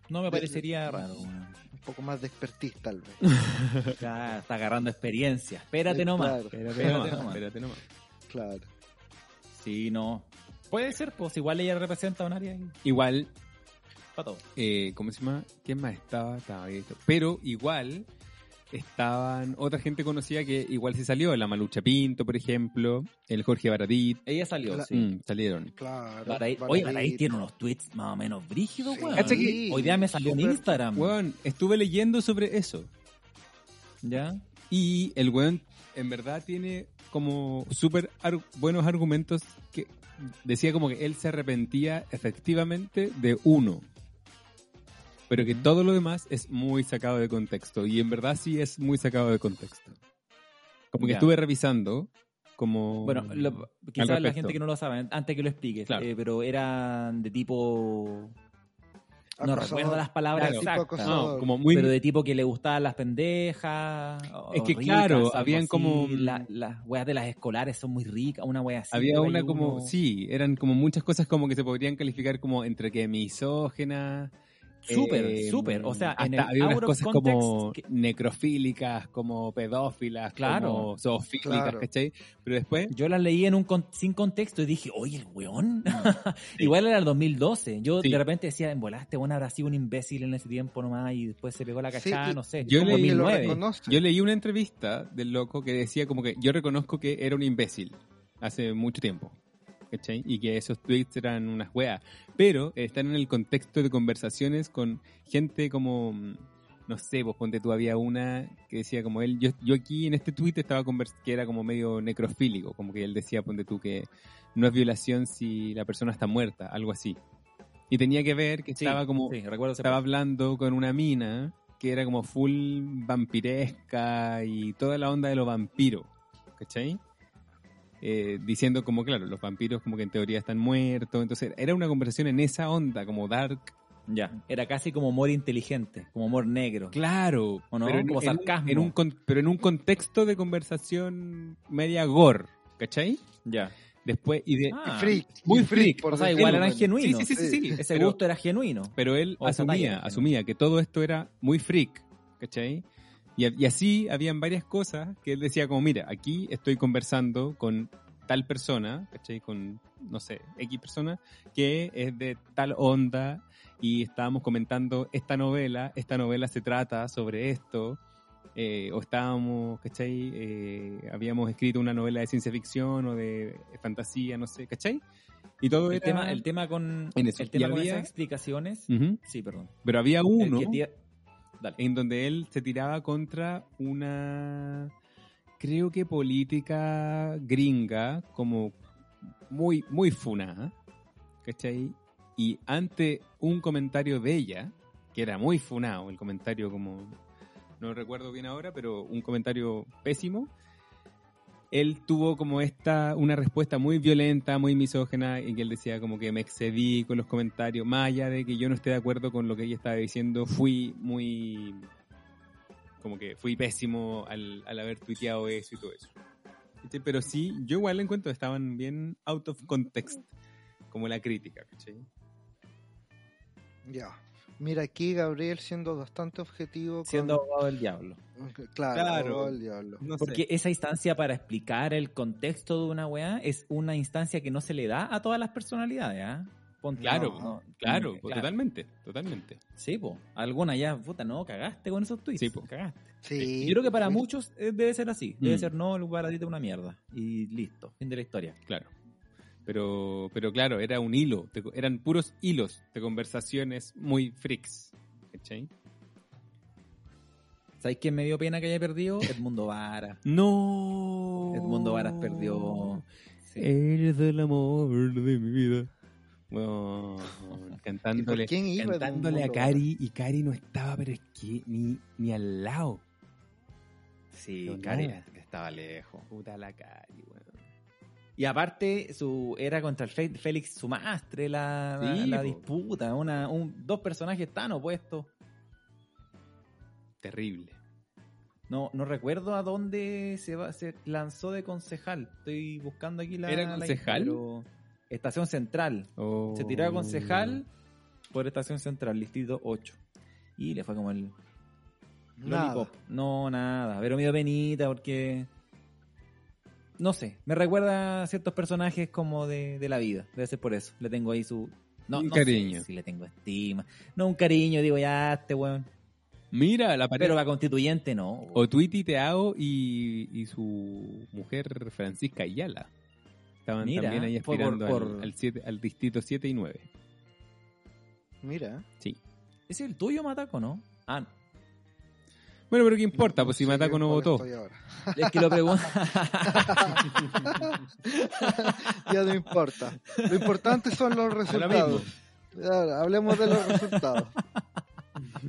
B: No me parecería raro. weón.
A: Un poco más de expertise, tal vez. Eh,
B: Ya está agarrando experiencia. Espérate nomás.
A: Claro.
B: Espérate nomás.
C: espérate nomás.
A: Claro.
B: Sí, no. Puede ser, pues igual ella representa un área
C: Igual,
B: para todo.
C: eh, ¿cómo se llama? ¿Quién más estaba? Estaba esto. Pero igual estaban otra gente conocida que igual se salió, la Malucha Pinto, por ejemplo, el Jorge Baradit,
B: Ella salió,
A: Claro.
B: sí.
C: Mm, salieron.
A: Claro.
B: Baradí- Oye, Baradí tiene unos tweets más o menos brígidos,
A: Sí.
B: weón.
C: Cacha
A: que-
B: Hoy día me salió en
A: Súper-
B: Instagram.
C: Weón, estuve leyendo sobre eso.
B: ¿Ya?
C: Y el weón en verdad tiene como súper ar- buenos argumentos que decía como que él se arrepentía efectivamente de uno. Pero que todo lo demás es muy sacado de contexto. Y en verdad sí es muy sacado de contexto. Como que
B: Ya.
C: estuve revisando como...
B: Bueno, lo- quizás la
C: respecto.
B: gente que no lo sabe, antes que lo expliques,
C: Claro.
B: eh, pero eran de tipo. No recuerdo las palabras
C: Claro.
B: exactas,
A: Tipo
C: No, como muy...
B: pero de tipo que le gustaban las pendejas. o-
C: Es que
B: o
C: claro,
B: algo
C: habían
B: así.
C: como-
B: La- las weas de las escolares son muy ricas, una wea así.
C: Había
B: por ahí
C: una como,
B: uno-
C: sí, eran como muchas cosas como que se podrían calificar como entre que misógena.
B: Súper,
C: eh,
B: súper. O sea, en
C: hasta
B: el
C: había unas
B: out of
C: cosas
B: context
C: como
B: que-
C: necrofílicas, como pedófilas,
B: Claro.
C: como zoofílicas,
A: Claro.
C: ¿cachai? Pero después,
B: Yo las leí en un con- sin contexto y dije, oye, el weón. Igual era el 2012. Yo
C: Mm. Sí.
B: de repente decía, en volaste, weón, habrá sido un imbécil en ese tiempo nomás y después se pegó la
A: Sí,
B: cachada,
A: y-
B: no sé.
C: yo
B: como
C: leí que lo
B: 2009.
C: yo leí una entrevista del loco que decía como que yo reconozco que era un imbécil hace mucho tiempo, ¿cachai? Y que esos tweets eran unas weas. Pero están en el contexto de conversaciones con gente como, mm, no sé, vos ponte tú, había una que decía como él, yo, yo aquí en este tweet estaba convers que era como medio necrofílico, como que él decía, ponte tú, que no es violación si la persona está muerta, algo así. Y tenía que ver que
B: Sí,
C: estaba como
B: sí, recuerdo ese
C: estaba hablando con una mina que era como full vampiresca y toda la onda de los vampiros, ¿cachai? Eh, diciendo como, claro, los vampiros como que en teoría están muertos, entonces era una conversación en esa onda, como dark.
B: Ya, era casi como humor inteligente, como humor negro.
C: Claro,
B: ¿O no?
C: pero en,
B: Como
C: en un-
B: sarcasmo.
C: en un con- pero en un contexto de conversación media gore, ¿cachai?
B: Ya.
C: Después, y de...
B: Eh, Ah,
A: Freak.
C: muy freak.
A: por
B: o sea,
A: decirlo
B: igual eran
A: menos.
B: genuinos.
C: sí, sí, sí, sí, sí.
B: Ese
C: Pero-
B: gusto era genuino.
C: Pero él
B: O esa
C: asumía,
B: talla, ¿no?
C: asumía que todo esto era muy freak, ¿cachai? Y, a- y así habían varias cosas que él decía como, mira, aquí estoy conversando con tal persona, ¿cachai? Con, no sé, X persona, que es de tal onda y estábamos comentando esta novela, esta novela se trata sobre esto, eh, o estábamos, ¿cachai? Eh, habíamos escrito una novela de ciencia ficción o de fantasía, no sé, ¿cachai? Y todo
B: El
C: era-
B: tema, el tema con,
C: En eso.
B: el tema
C: Y
B: con
C: había-
B: esas explicaciones.
C: Ujú.
B: Sí, perdón.
C: Pero había uno
B: El que tira- Dale.
C: en donde él se tiraba contra una, creo que política gringa, como muy, muy funada, ¿cachai? Y ante un comentario de ella, que era muy funado, el comentario como, no recuerdo bien ahora, pero un comentario pésimo, él tuvo como esta, una respuesta muy violenta, muy misógena, en que él decía como que me excedí con los comentarios, más allá de que yo no esté de acuerdo con lo que ella estaba diciendo, fui muy, como que fui pésimo al, al haber tuiteado eso y todo eso. ¿Cachai? Pero sí, yo igual encuentro que estaban bien out of context, como la crítica, ¿cachai?
A: Ya. Mira, aquí Gabriel siendo bastante objetivo. con-
B: Siendo abogado del diablo.
A: Claro,
C: Claro.
A: abogado del diablo.
C: No sé.
B: Porque esa instancia para explicar el contexto de una weá es una instancia que no se le da a todas las personalidades, ¿ah? Ponte-
C: Claro,
B: no, no,
C: Claro,
B: mm,
C: pues, totalmente, totalmente.
B: Sí, po. Alguna ya, puta, no, cagaste con esos tweets.
C: Sí, po.
B: Cagaste.
A: Sí. pues,
B: Yo creo que para
A: Mira,
B: muchos eh, debe ser así. Debe
C: Mm.
B: ser no, el baratito es una mierda. Y listo, fin de la historia.
C: Claro. Pero, pero claro, era un hilo, de co- eran puros hilos de conversaciones muy freaks. ¿Cachai?
B: ¿Sabéis quién me dio pena que haya perdido? Edmundo Vara.
C: No.
B: Edmundo Varas
C: Oh.
B: perdió. Sí.
C: Eres el amor de mi vida.
A: ¿y por
C: cantándole
A: quién iba
C: cantándole a
A: Edmundo?
C: Cari y Cari no estaba, pero es que ni, ni al lado.
B: Sí,
C: No,
B: Cari.
C: nada. estaba lejos. Puta la Cari, weón.
B: Y aparte, su era contra el Fe- Félix Sumastre, la, la-
C: Sí,
B: la
C: po.
B: disputa. Una, un- dos personajes tan opuestos.
C: Terrible.
B: No, no recuerdo a dónde se, va, se lanzó de concejal. Estoy buscando aquí la.
C: ¿Era
B: la-
C: concejal?
B: pero- Estación Central.
C: Oh.
B: Se tiró a concejal por Estación Central, distrito 8. Y le fue como el
A: Nada.
B: Lollipop. No, nada. Pero medio penita porque. No sé. Me recuerda a ciertos personajes como de, de la vida. Debe ser por eso. Le tengo ahí su. No,
C: Un
B: no sé
C: cariño.
B: si le tengo estima. No, un cariño. Digo, ya, este weón.
C: Mira, la pared.
B: Pero para constituyente no. weón.
C: O Tweety Teao y, y su mujer Francisca Ayala. Estaban
B: Mira,
C: también ahí
B: fue por-
C: aspirando al-
B: por-
C: Al, siete- al distrito 7 y 9.
A: Mira.
B: Ese es el tuyo, Mataco, ¿no? Ah, no.
C: Bueno, pero ¿qué importa? Pues si
A: sé
C: Mataco
A: en
C: no
A: cuál
C: votó.
A: estoy ahora.
B: es que lo pregunto.
A: Ya no importa. Lo importante son los
C: Ahora mismo.
A: resultados. Ahora, hablemos de los resultados.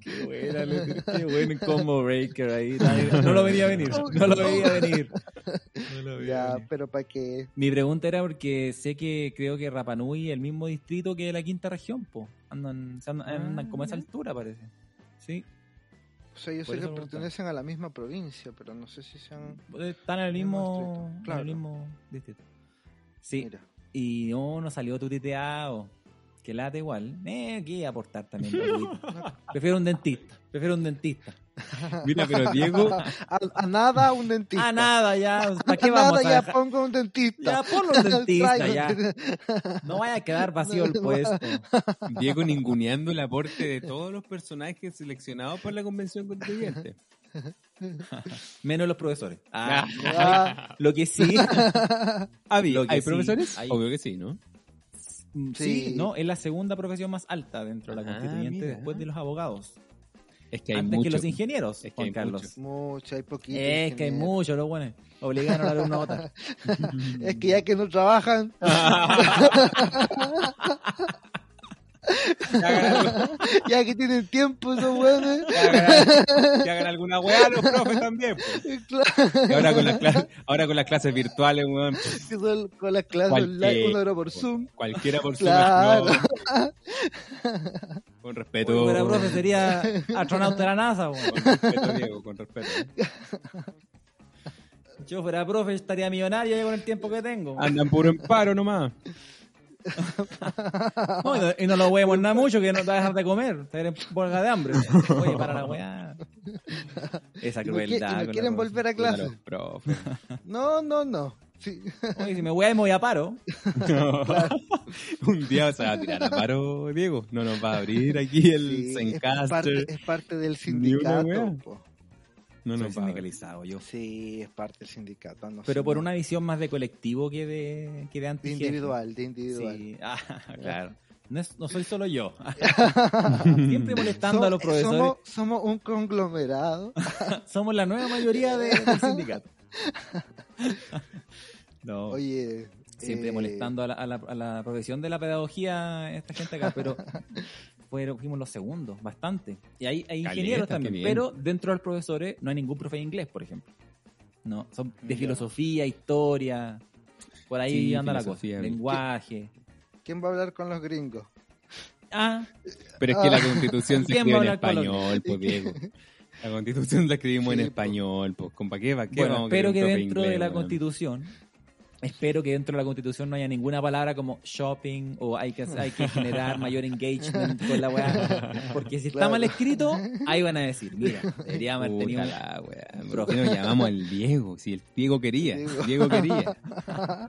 B: qué, buena, le- qué buen combo breaker ahí. No lo venía a venir. No lo veía venir.
A: ya, pero para que
B: Mi pregunta era porque sé que creo que Rapanui es el mismo distrito que la quinta región, po. Andan, se
A: Ah,
B: andan- andan como a esa altura, parece. Sí.
A: O sea, yo
B: Por eso
A: sé que
B: preguntaba.
A: pertenecen a la misma provincia, pero no sé si sean...
B: pues, Están en el
A: Mismo
B: mismo,
A: distrito,
B: en
A: claro.
B: el mismo distrito. Sí.
A: Mira.
B: Y no, no salió turiteado. Que late igual. Eh, aquí iba a aportar también. gratuito. Prefiero un dentista. Prefiero un dentista. Ah,
C: Mira, pero Diego,
A: A, a nada un dentista.
B: Ah, nada, ya. ¿Para
A: A
B: qué vamos
A: nada
B: a
A: ya
B: dejar?
A: pongo un
B: Ya,
A: dentista.
B: ponlo un dentista,
A: Traigo un
B: ya. No vaya a quedar vacío el puesto.
C: Diego ninguneando el aporte de todos los personajes seleccionados por la convención constituyente.
B: Menos los profesores. Ah,
A: Ah,
B: Lo que sí.
C: Ah, vi,
B: Lo que
C: ¿Hay
B: sí,
C: profesores?
B: hay-
C: Obvio que sí, ¿no?
B: Mm, Sí,
A: Sí.
B: no, es la segunda profesión más alta dentro de la
C: Ah,
B: constituyente
C: mira.
B: después de los abogados.
C: Es que hay
B: antes que
C: mucho.
B: los ingenieros,
C: Es que
B: Juan
C: hay
B: Carlos.
C: mucho.
A: mucho, hay poquito.
B: Es Eh, que hay
A: ingeniero.
B: muchos, los buenos. Obligaron a dar una nota.
A: Es que ya que no trabajan,
C: Que hagan,
A: ya que tienen tiempo esos buenos.
C: que hagan- que hagan alguna weá los profes también. pues.
A: claro,
C: Y ahora con las clases, ahora con las clases virtuales, weón,
A: que son con las clases
C: Cualquier-
A: online, una hora por Zoom.
C: cualquiera por su
A: Claro.
C: Con
B: Pero,
C: respeto.
B: pero profe, sería astronauta de la NASA. bueno.
C: Con respeto, Diego, con respeto.
B: Yo fuera profe, estaría millonario ya con el tiempo que tengo.
C: Andan puro en paro nomás.
B: No, y, no, y no lo huevemos nada mucho que no te va a dejar de comer. Te eres bolga de hambre. Oye, para la weá. Esa
A: Y no, qui- y
B: crueldad.
A: no
B: con la
A: quieren
B: profe.
A: volver a
C: Puta los
A: clase.
C: profes.
A: No, no, no. Sí,
B: Oye, si me voy me voy a paro.
C: Un día se va a tirar a paro, Diego. No nos va a abrir aquí el
A: sí, es,
C: Zencaster.
A: parte, es parte del
C: Ni una
A: sindicato.
C: wea.
A: po.
C: No
B: Soy
C: nos va a abrir.
B: sindicalizado yo.
A: Sí, es parte del sindicato. no
B: Pero
A: sé,
B: por
A: no.
B: una visión más de colectivo que de, que de
A: De
B: antijefe.
A: individual, de individual.
B: Sí, ah, claro. No, es- no soy solo yo. Siempre molestando a los
C: eh,
A: Som-
B: profesores.
A: Somos,
B: Somos,
A: somos un conglomerado.
B: la nueva mayoría de- del sindicato.
C: Oh.
B: No,
A: Oye.
B: siempre
A: eh,
B: molestando a la, a la- a la profesión de la pedagogía esta gente acá, pero fueron, fuimos los segundos, bastante. Y hay, hay ingenieros
C: Caleta, qué
B: también,
C: bien.
B: pero dentro de los profesores no hay ningún profe de inglés, por ejemplo. No, son de
C: Ya.
B: filosofía, historia, por ahí
C: Sí,
B: anda la cosa,
C: filosofía.
B: lenguaje.
A: ¿Quién va a hablar con los gringos?
B: Ah,
C: Pero es que la
A: Ah.
C: constitución se
B: ¿Quién
C: escribe
B: va a
C: en
B: hablar con los-
C: español, pues, Diego. La constitución la escribimos en
A: Sí, po.
C: español, pues. ¿Con pa' qué? ¿Pa' qué
B: bueno,
C: vamos a
B: espero que
C: querer un profe
B: dentro de
C: inglés,
B: la
C: weón?
B: constitución, espero que dentro de la constitución no haya ninguna palabra como shopping o hay que, hay que generar mayor engagement con la weá. Porque si está
A: Claro.
B: mal escrito, ahí van a decir, mira, deberíamos haber tenido
C: Puta
B: un-
C: la weá, ¿Por qué nos llamamos el Diego? Si el Diego quería,
A: Diego.
C: el Diego quería.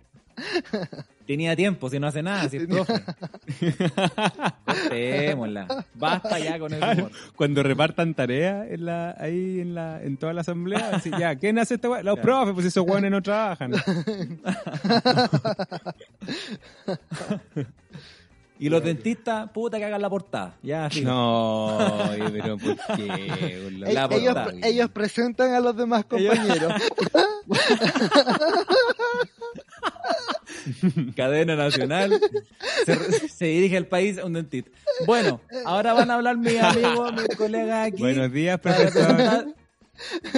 B: Tenía tiempo, si no hace nada, si es profe. Cortémosla. Basta ya con el humor.
C: Cuando repartan tareas en la, ahí en, la, en toda la asamblea, así, ya, ¿quién hace esta weá? Los
B: Claro.
C: profes, pues esos weones no trabajan.
B: Y los dentistas, puta que hagan la portada. Ya, fijo.
C: No, oye, pero ¿por qué? La-
A: Ell-
B: la
A: ellos,
B: portada,
A: pre- ellos presentan a los demás compañeros.
B: Cadena nacional. Se, se dirige el país a un dentista. Bueno, ahora van a hablar mis amigos, mis colegas aquí.
C: Buenos días,
B: para
C: profesor.
B: representar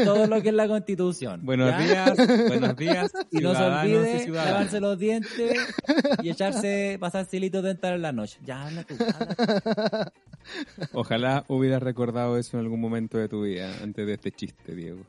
B: todo lo que es la constitución.
C: Buenos
B: ¿ya?
C: días, buenos días,
B: Y no se
C: ciudadanos y
B: olvide
C: ciudadanas.
B: lavarse los dientes y echarse, pasarse hilitos dental en la noche. Ya habla tú, habla tú.
C: Ojalá hubieras recordado eso en algún momento de tu vida, antes de este chiste, Diego.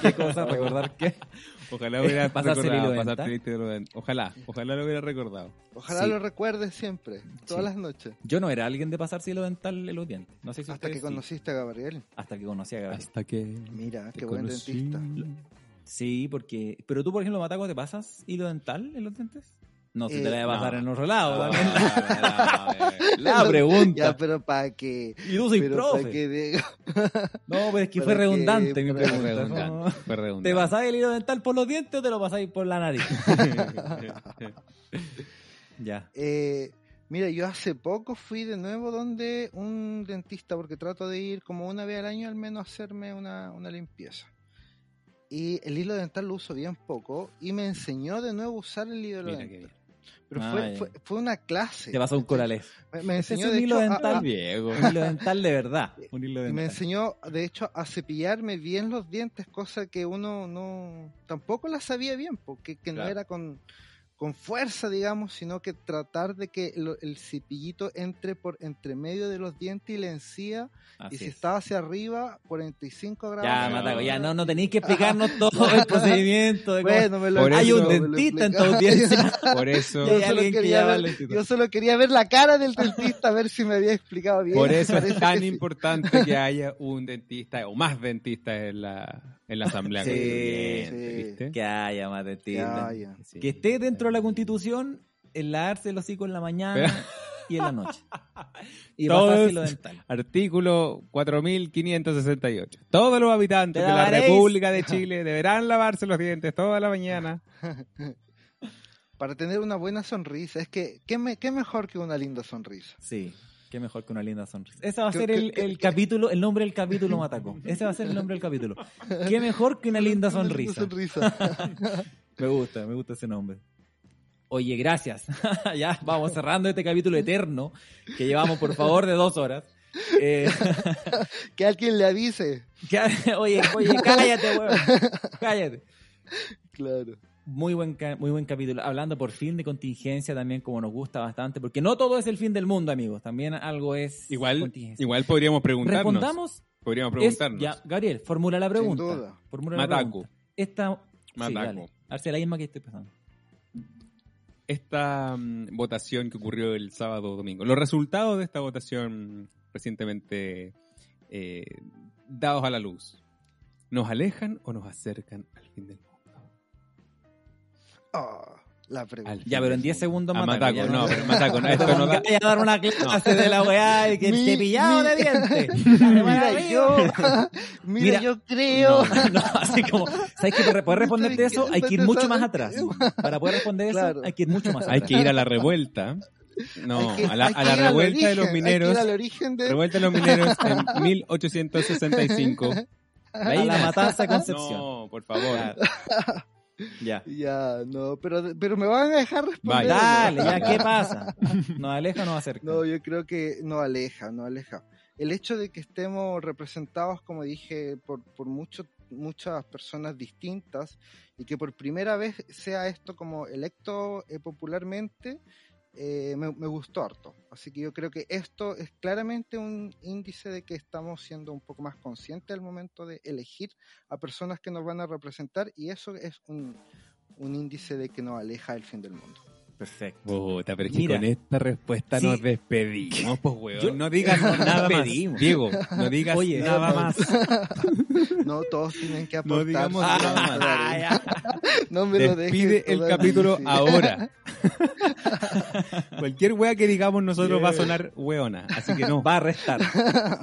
B: ¿Qué cosa? ¿Recordar qué?
C: Ojalá hubieras
B: Pasarse el
C: recordado
B: hilo dental.
C: pasar triste de lo de- Ojalá, ojalá lo hubieras recordado.
A: Ojalá
B: Sí.
A: lo recuerdes siempre,
B: Sí.
A: todas las noches,
B: Yo no era alguien de pasarse hilo dental en los dientes. No sé si
A: hasta
B: ustedes
A: que
B: sí.
A: conociste a Gabriel.
B: Hasta que conocí a Gabriel.
C: Hasta que...
A: Mira,
C: te
A: qué buen
C: conocí.
A: dentista.
B: Sí, porque... Pero tú, por ejemplo, Mataco, ¿te pasas hilo dental en los dientes? No, si
A: Eh,
B: te la vas a pasar
C: no.
B: en otro lado.
C: Ah,
B: también.
C: ah, eh.
B: La pregunta.
A: Ya, pero para que...
B: Y tú soy
A: pero
B: profe.
A: pa' que de-
B: No, pero es que
A: Pero
B: fue
A: que-
B: redundante mi
A: pero-
B: pregunta. ¿no?
C: Redundante, fue redundante.
B: ¿Te pasáis el hilo dental por los dientes o te lo pasáis por la nariz? ya.
A: Eh, mira, yo hace poco fui de nuevo donde un dentista, porque trato de ir como una vez al año al menos a hacerme una, una limpieza. Y el hilo dental lo uso bien poco y me enseñó de nuevo a usar el hilo
C: Mira qué
A: dental.
C: bien.
A: Pero
B: Ah,
A: fue,
B: ya.
A: fue, fue una clase.
B: Te pasó un coralés.
A: Me, me
B: Ese es
A: enseñó
B: un
A: de
B: hilo
A: hecho, ah, a-
B: dental
A: a-
C: Diego.
B: Un hilo dental de verdad. Un hilo
A: me
B: dental.
A: enseñó de hecho a cepillarme bien los dientes, cosa que uno no tampoco la sabía bien, porque que no
C: Claro.
A: era con, con fuerza, digamos, sino que tratar de que lo- el cepillito entre por entre medio de los dientes y la encía,
B: Así
A: y si
B: es.
A: estaba hacia arriba, 45 grados.
B: Ya,
A: hacia
B: Mataco,
A: abajo.
B: ya no, no tenéis que explicarnos todo el procedimiento. De cómo-
A: Bueno, me lo
C: Por
B: Hay
C: eso-
B: un
A: me lo
B: dentista en tu
A: explicaba.
B: audiencia.
C: Por eso,
B: Ya,
A: Yo
B: Hay
A: solo,
B: alguien que
A: quería
B: ya
A: ver,
B: vale el título.
A: yo solo quería ver la cara del dentista, a ver si me había explicado bien.
C: por eso
A: Parece
C: es
A: que
C: tan
A: sí.
C: importante que haya un dentista o más dentistas en la, en la asamblea.
B: Sí,
C: constituyente,
A: sí.
C: ¿viste?
B: Que haya más dentista.
A: Ya, ya.
C: Sí.
B: Que esté dentro de la constitución, en la arce el hocico en la mañana y en la noche. Y
C: Todos-
B: pasarse hilo dental.
C: Artículo 4568. Todos los habitantes
B: Te
C: de la
B: lavaréis.
C: República de Chile deberán lavarse los dientes toda la mañana.
A: Para tener una buena sonrisa, es que qué, me- qué mejor que una linda sonrisa.
B: Sí, qué mejor que una linda sonrisa. Ese va a
A: ¿Qué-
B: ser
A: qué-
B: el,
A: qué-
B: el
A: qué?
B: capítulo, el nombre del capítulo, Mataco. Ese va a ser el nombre del capítulo. Qué mejor que una linda sonrisa.
A: Una linda sonrisa.
B: Me gusta, me gusta ese nombre. Oye, gracias. ya vamos cerrando este capítulo eterno que llevamos, por favor, de dos horas. Eh,
A: que alguien le avise.
B: que- oye, oye, cállate, weón. Cállate.
A: Claro.
B: Muy buen, ca- muy buen capítulo. Hablando por fin de contingencia también, como nos gusta bastante, porque no todo es el fin del mundo, amigos. También algo es
C: Igual,
B: contingencia.
C: igual podríamos preguntarnos.
B: Respondamos
C: Podríamos
B: Es-
C: preguntarnos.
B: ya, Gabriel, formula la pregunta.
A: Sin duda.
B: Formula la
C: Mataku,
B: pregunta. Esta.
C: Mataku.
B: Sí, dale. A ver si es la misma que estoy pensando.
C: esta mm, votación que ocurrió el sábado o domingo, los resultados de esta votación recientemente eh, dados a la luz, ¿nos alejan o nos acercan al fin del mundo?
A: Ah, la pregunta.
C: Al-
B: Ya, pero en 10 segundos
C: A
B: Mataku.
C: Mataco,
B: ya
C: no, pero Mataco, no,
B: Te
C: esto no da.
B: pongáis a dar una clase de la weá de que el
A: Mi-
B: cepillado
A: mi-
B: de dientes. La weá
A: Mira,
B: arriba.
A: yo, mira,
B: Mira,
A: yo creo.
B: No, no, así como, ¿sabes que para poder responderte eso hay que ir mucho más atrás? Para poder responder eso
A: Claro.
B: hay que ir mucho más
C: Hay
B: atrás.
C: que ir a la revuelta. No,
A: Hay que-
C: a la,
A: hay
C: a
A: que
C: la
A: ir al
C: revuelta de
A: origen, hay
C: los
A: que ir
C: mineros.
A: al origen de.
C: Revuelta de los mineros en 1865.
B: a la matanza de Concepción.
C: No, por favor.
B: Ya.
A: Ya, no, pero, pero me van a dejar responder.
C: Vaya.
B: Dale, ya, ¿qué pasa? ¿Nos aleja o nos acerca?
A: No, yo creo que no aleja, no aleja. El hecho de que estemos representados, como dije, por, por mucho- muchas personas distintas y que por primera vez sea esto como electo eh, popularmente, eh, me, me gustó harto. Así que yo creo que esto es claramente un índice de que estamos siendo un poco más conscientes al momento de elegir a personas que nos van a representar y eso es un, un índice de que nos aleja del fin del mundo.
B: Perfecto.
C: Puta, pero es que
B: Mira.
C: con esta respuesta
B: Sí.
C: nos despedimos, pues, weón.
B: Yo-
C: no digas nada más.
B: Despedimos.
C: Diego, no digas
B: Oye,
C: nada
B: no.
C: más.
A: No todos tienen que
C: No
A: aportar.
C: digamos
A: sí,
C: nada más.
A: claro.
B: Ah, ya.
A: No me lo dejes
C: Despide el
A: todavía,
C: capítulo
A: sí.
C: ahora. Cualquier wea que digamos nosotros va a sonar weona, así que no.
B: Va a restar.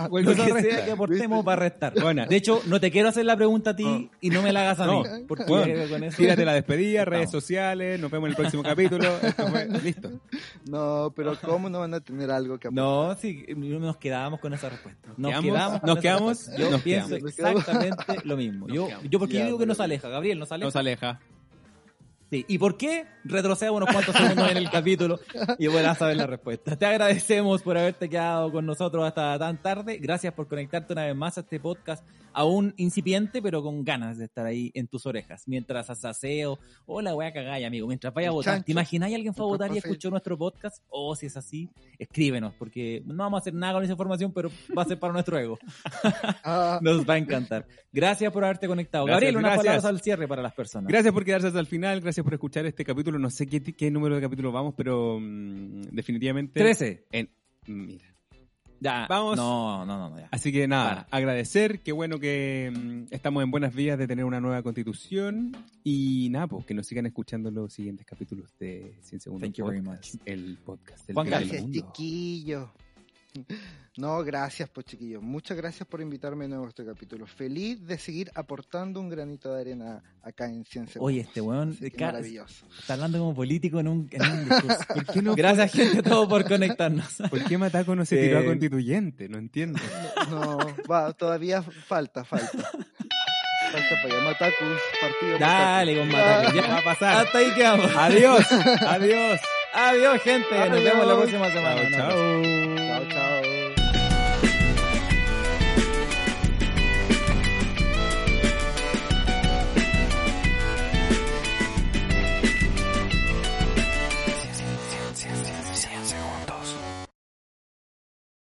B: Lo
C: Cualquier
B: que
C: resta.
B: sea que aportemos va a restar.
C: Buena.
B: De hecho, no te quiero hacer la pregunta a ti y no me la hagas a
C: No.
B: mí. Porque
C: Bueno,
B: ya creo que con eso-
C: Tírate la despedida, redes
B: Estamos.
C: sociales, nos vemos en el próximo capítulo. Esto fue- Listo.
A: No, pero ¿cómo no van a tener algo que aportar?
B: No, sí, no nos quedábamos con esa respuesta. Nos
C: quedamos-
B: quedamos. con
C: nos
B: esa
C: quedamos-
B: respuesta. Yo
C: nos
B: pienso
A: quedamos.
B: exactamente lo mismo.
C: Nos
B: Yo,
C: quedamos.
B: yo porque
A: Ya,
B: yo digo que
A: pero-
B: nos aleja, Gabriel, nos aleja.
C: Nos aleja.
B: Sí. ¿Y por qué? Retroceda unos cuantos segundos en el capítulo y podrás saber la respuesta. Te agradecemos por haberte quedado con nosotros hasta tan tarde. Gracias por conectarte una vez más a este podcast aún incipiente, pero con ganas de estar ahí en tus orejas. Mientras asaseo, hola, voy a cagar, amigo. Mientras vaya a
A: El
B: votar,
A: chancho.
B: ¿te imagináis alguien fue a
A: El
B: votar y
A: profe.
B: escuchó nuestro podcast? O si es así, escríbenos, porque no vamos a hacer nada con esa información, pero va a ser para nuestro ego.
A: Ah,
B: Nos va a encantar. Gracias por haberte conectado.
C: Gracias,
B: Gabriel, unas
C: gracias.
B: palabras al cierre para las personas.
C: Gracias por quedarse hasta el final, gracias por escuchar este capítulo. No sé qué, ti- qué número de capítulo vamos, pero mm, definitivamente...
B: 13.
C: En, mira.
B: Ya.
C: Vamos.
B: No, no, no, no, ya.
C: Así que nada,
B: Para.
C: agradecer, qué bueno que mm, estamos en buenas vías de tener una nueva constitución y nada, pues que nos sigan escuchando los siguientes capítulos de 100 Segundos
B: Thank you very
C: Podcast, el podcast del
B: Juan
C: fin del
A: gracias,
C: mundo.
A: chiquillos. No, gracias, pues chiquillos. Muchas gracias por invitarme de nuevo a este capítulo. Feliz de seguir aportando un granito de arena acá en Ciencia.
B: Oye, este weón ca-
A: maravilloso.
B: está hablando como político en un, en un discurso. Gracias, gente, a todos por conectarnos.
C: ¿Por qué Mataco no se tiró a
B: Eh,
C: constituyente? No entiendo.
A: No, va, todavía falta, falta. Falta para allá. Matacus, partido.
B: Dale, con Mataco. Ya va a pasar. Hasta ahí quedamos.
C: Adiós, adiós.
B: Adiós, gente. Nos vemos la próxima semana.
C: Chao,
B: Un abrazo.
C: chao.
A: Matacus. Chao, chao.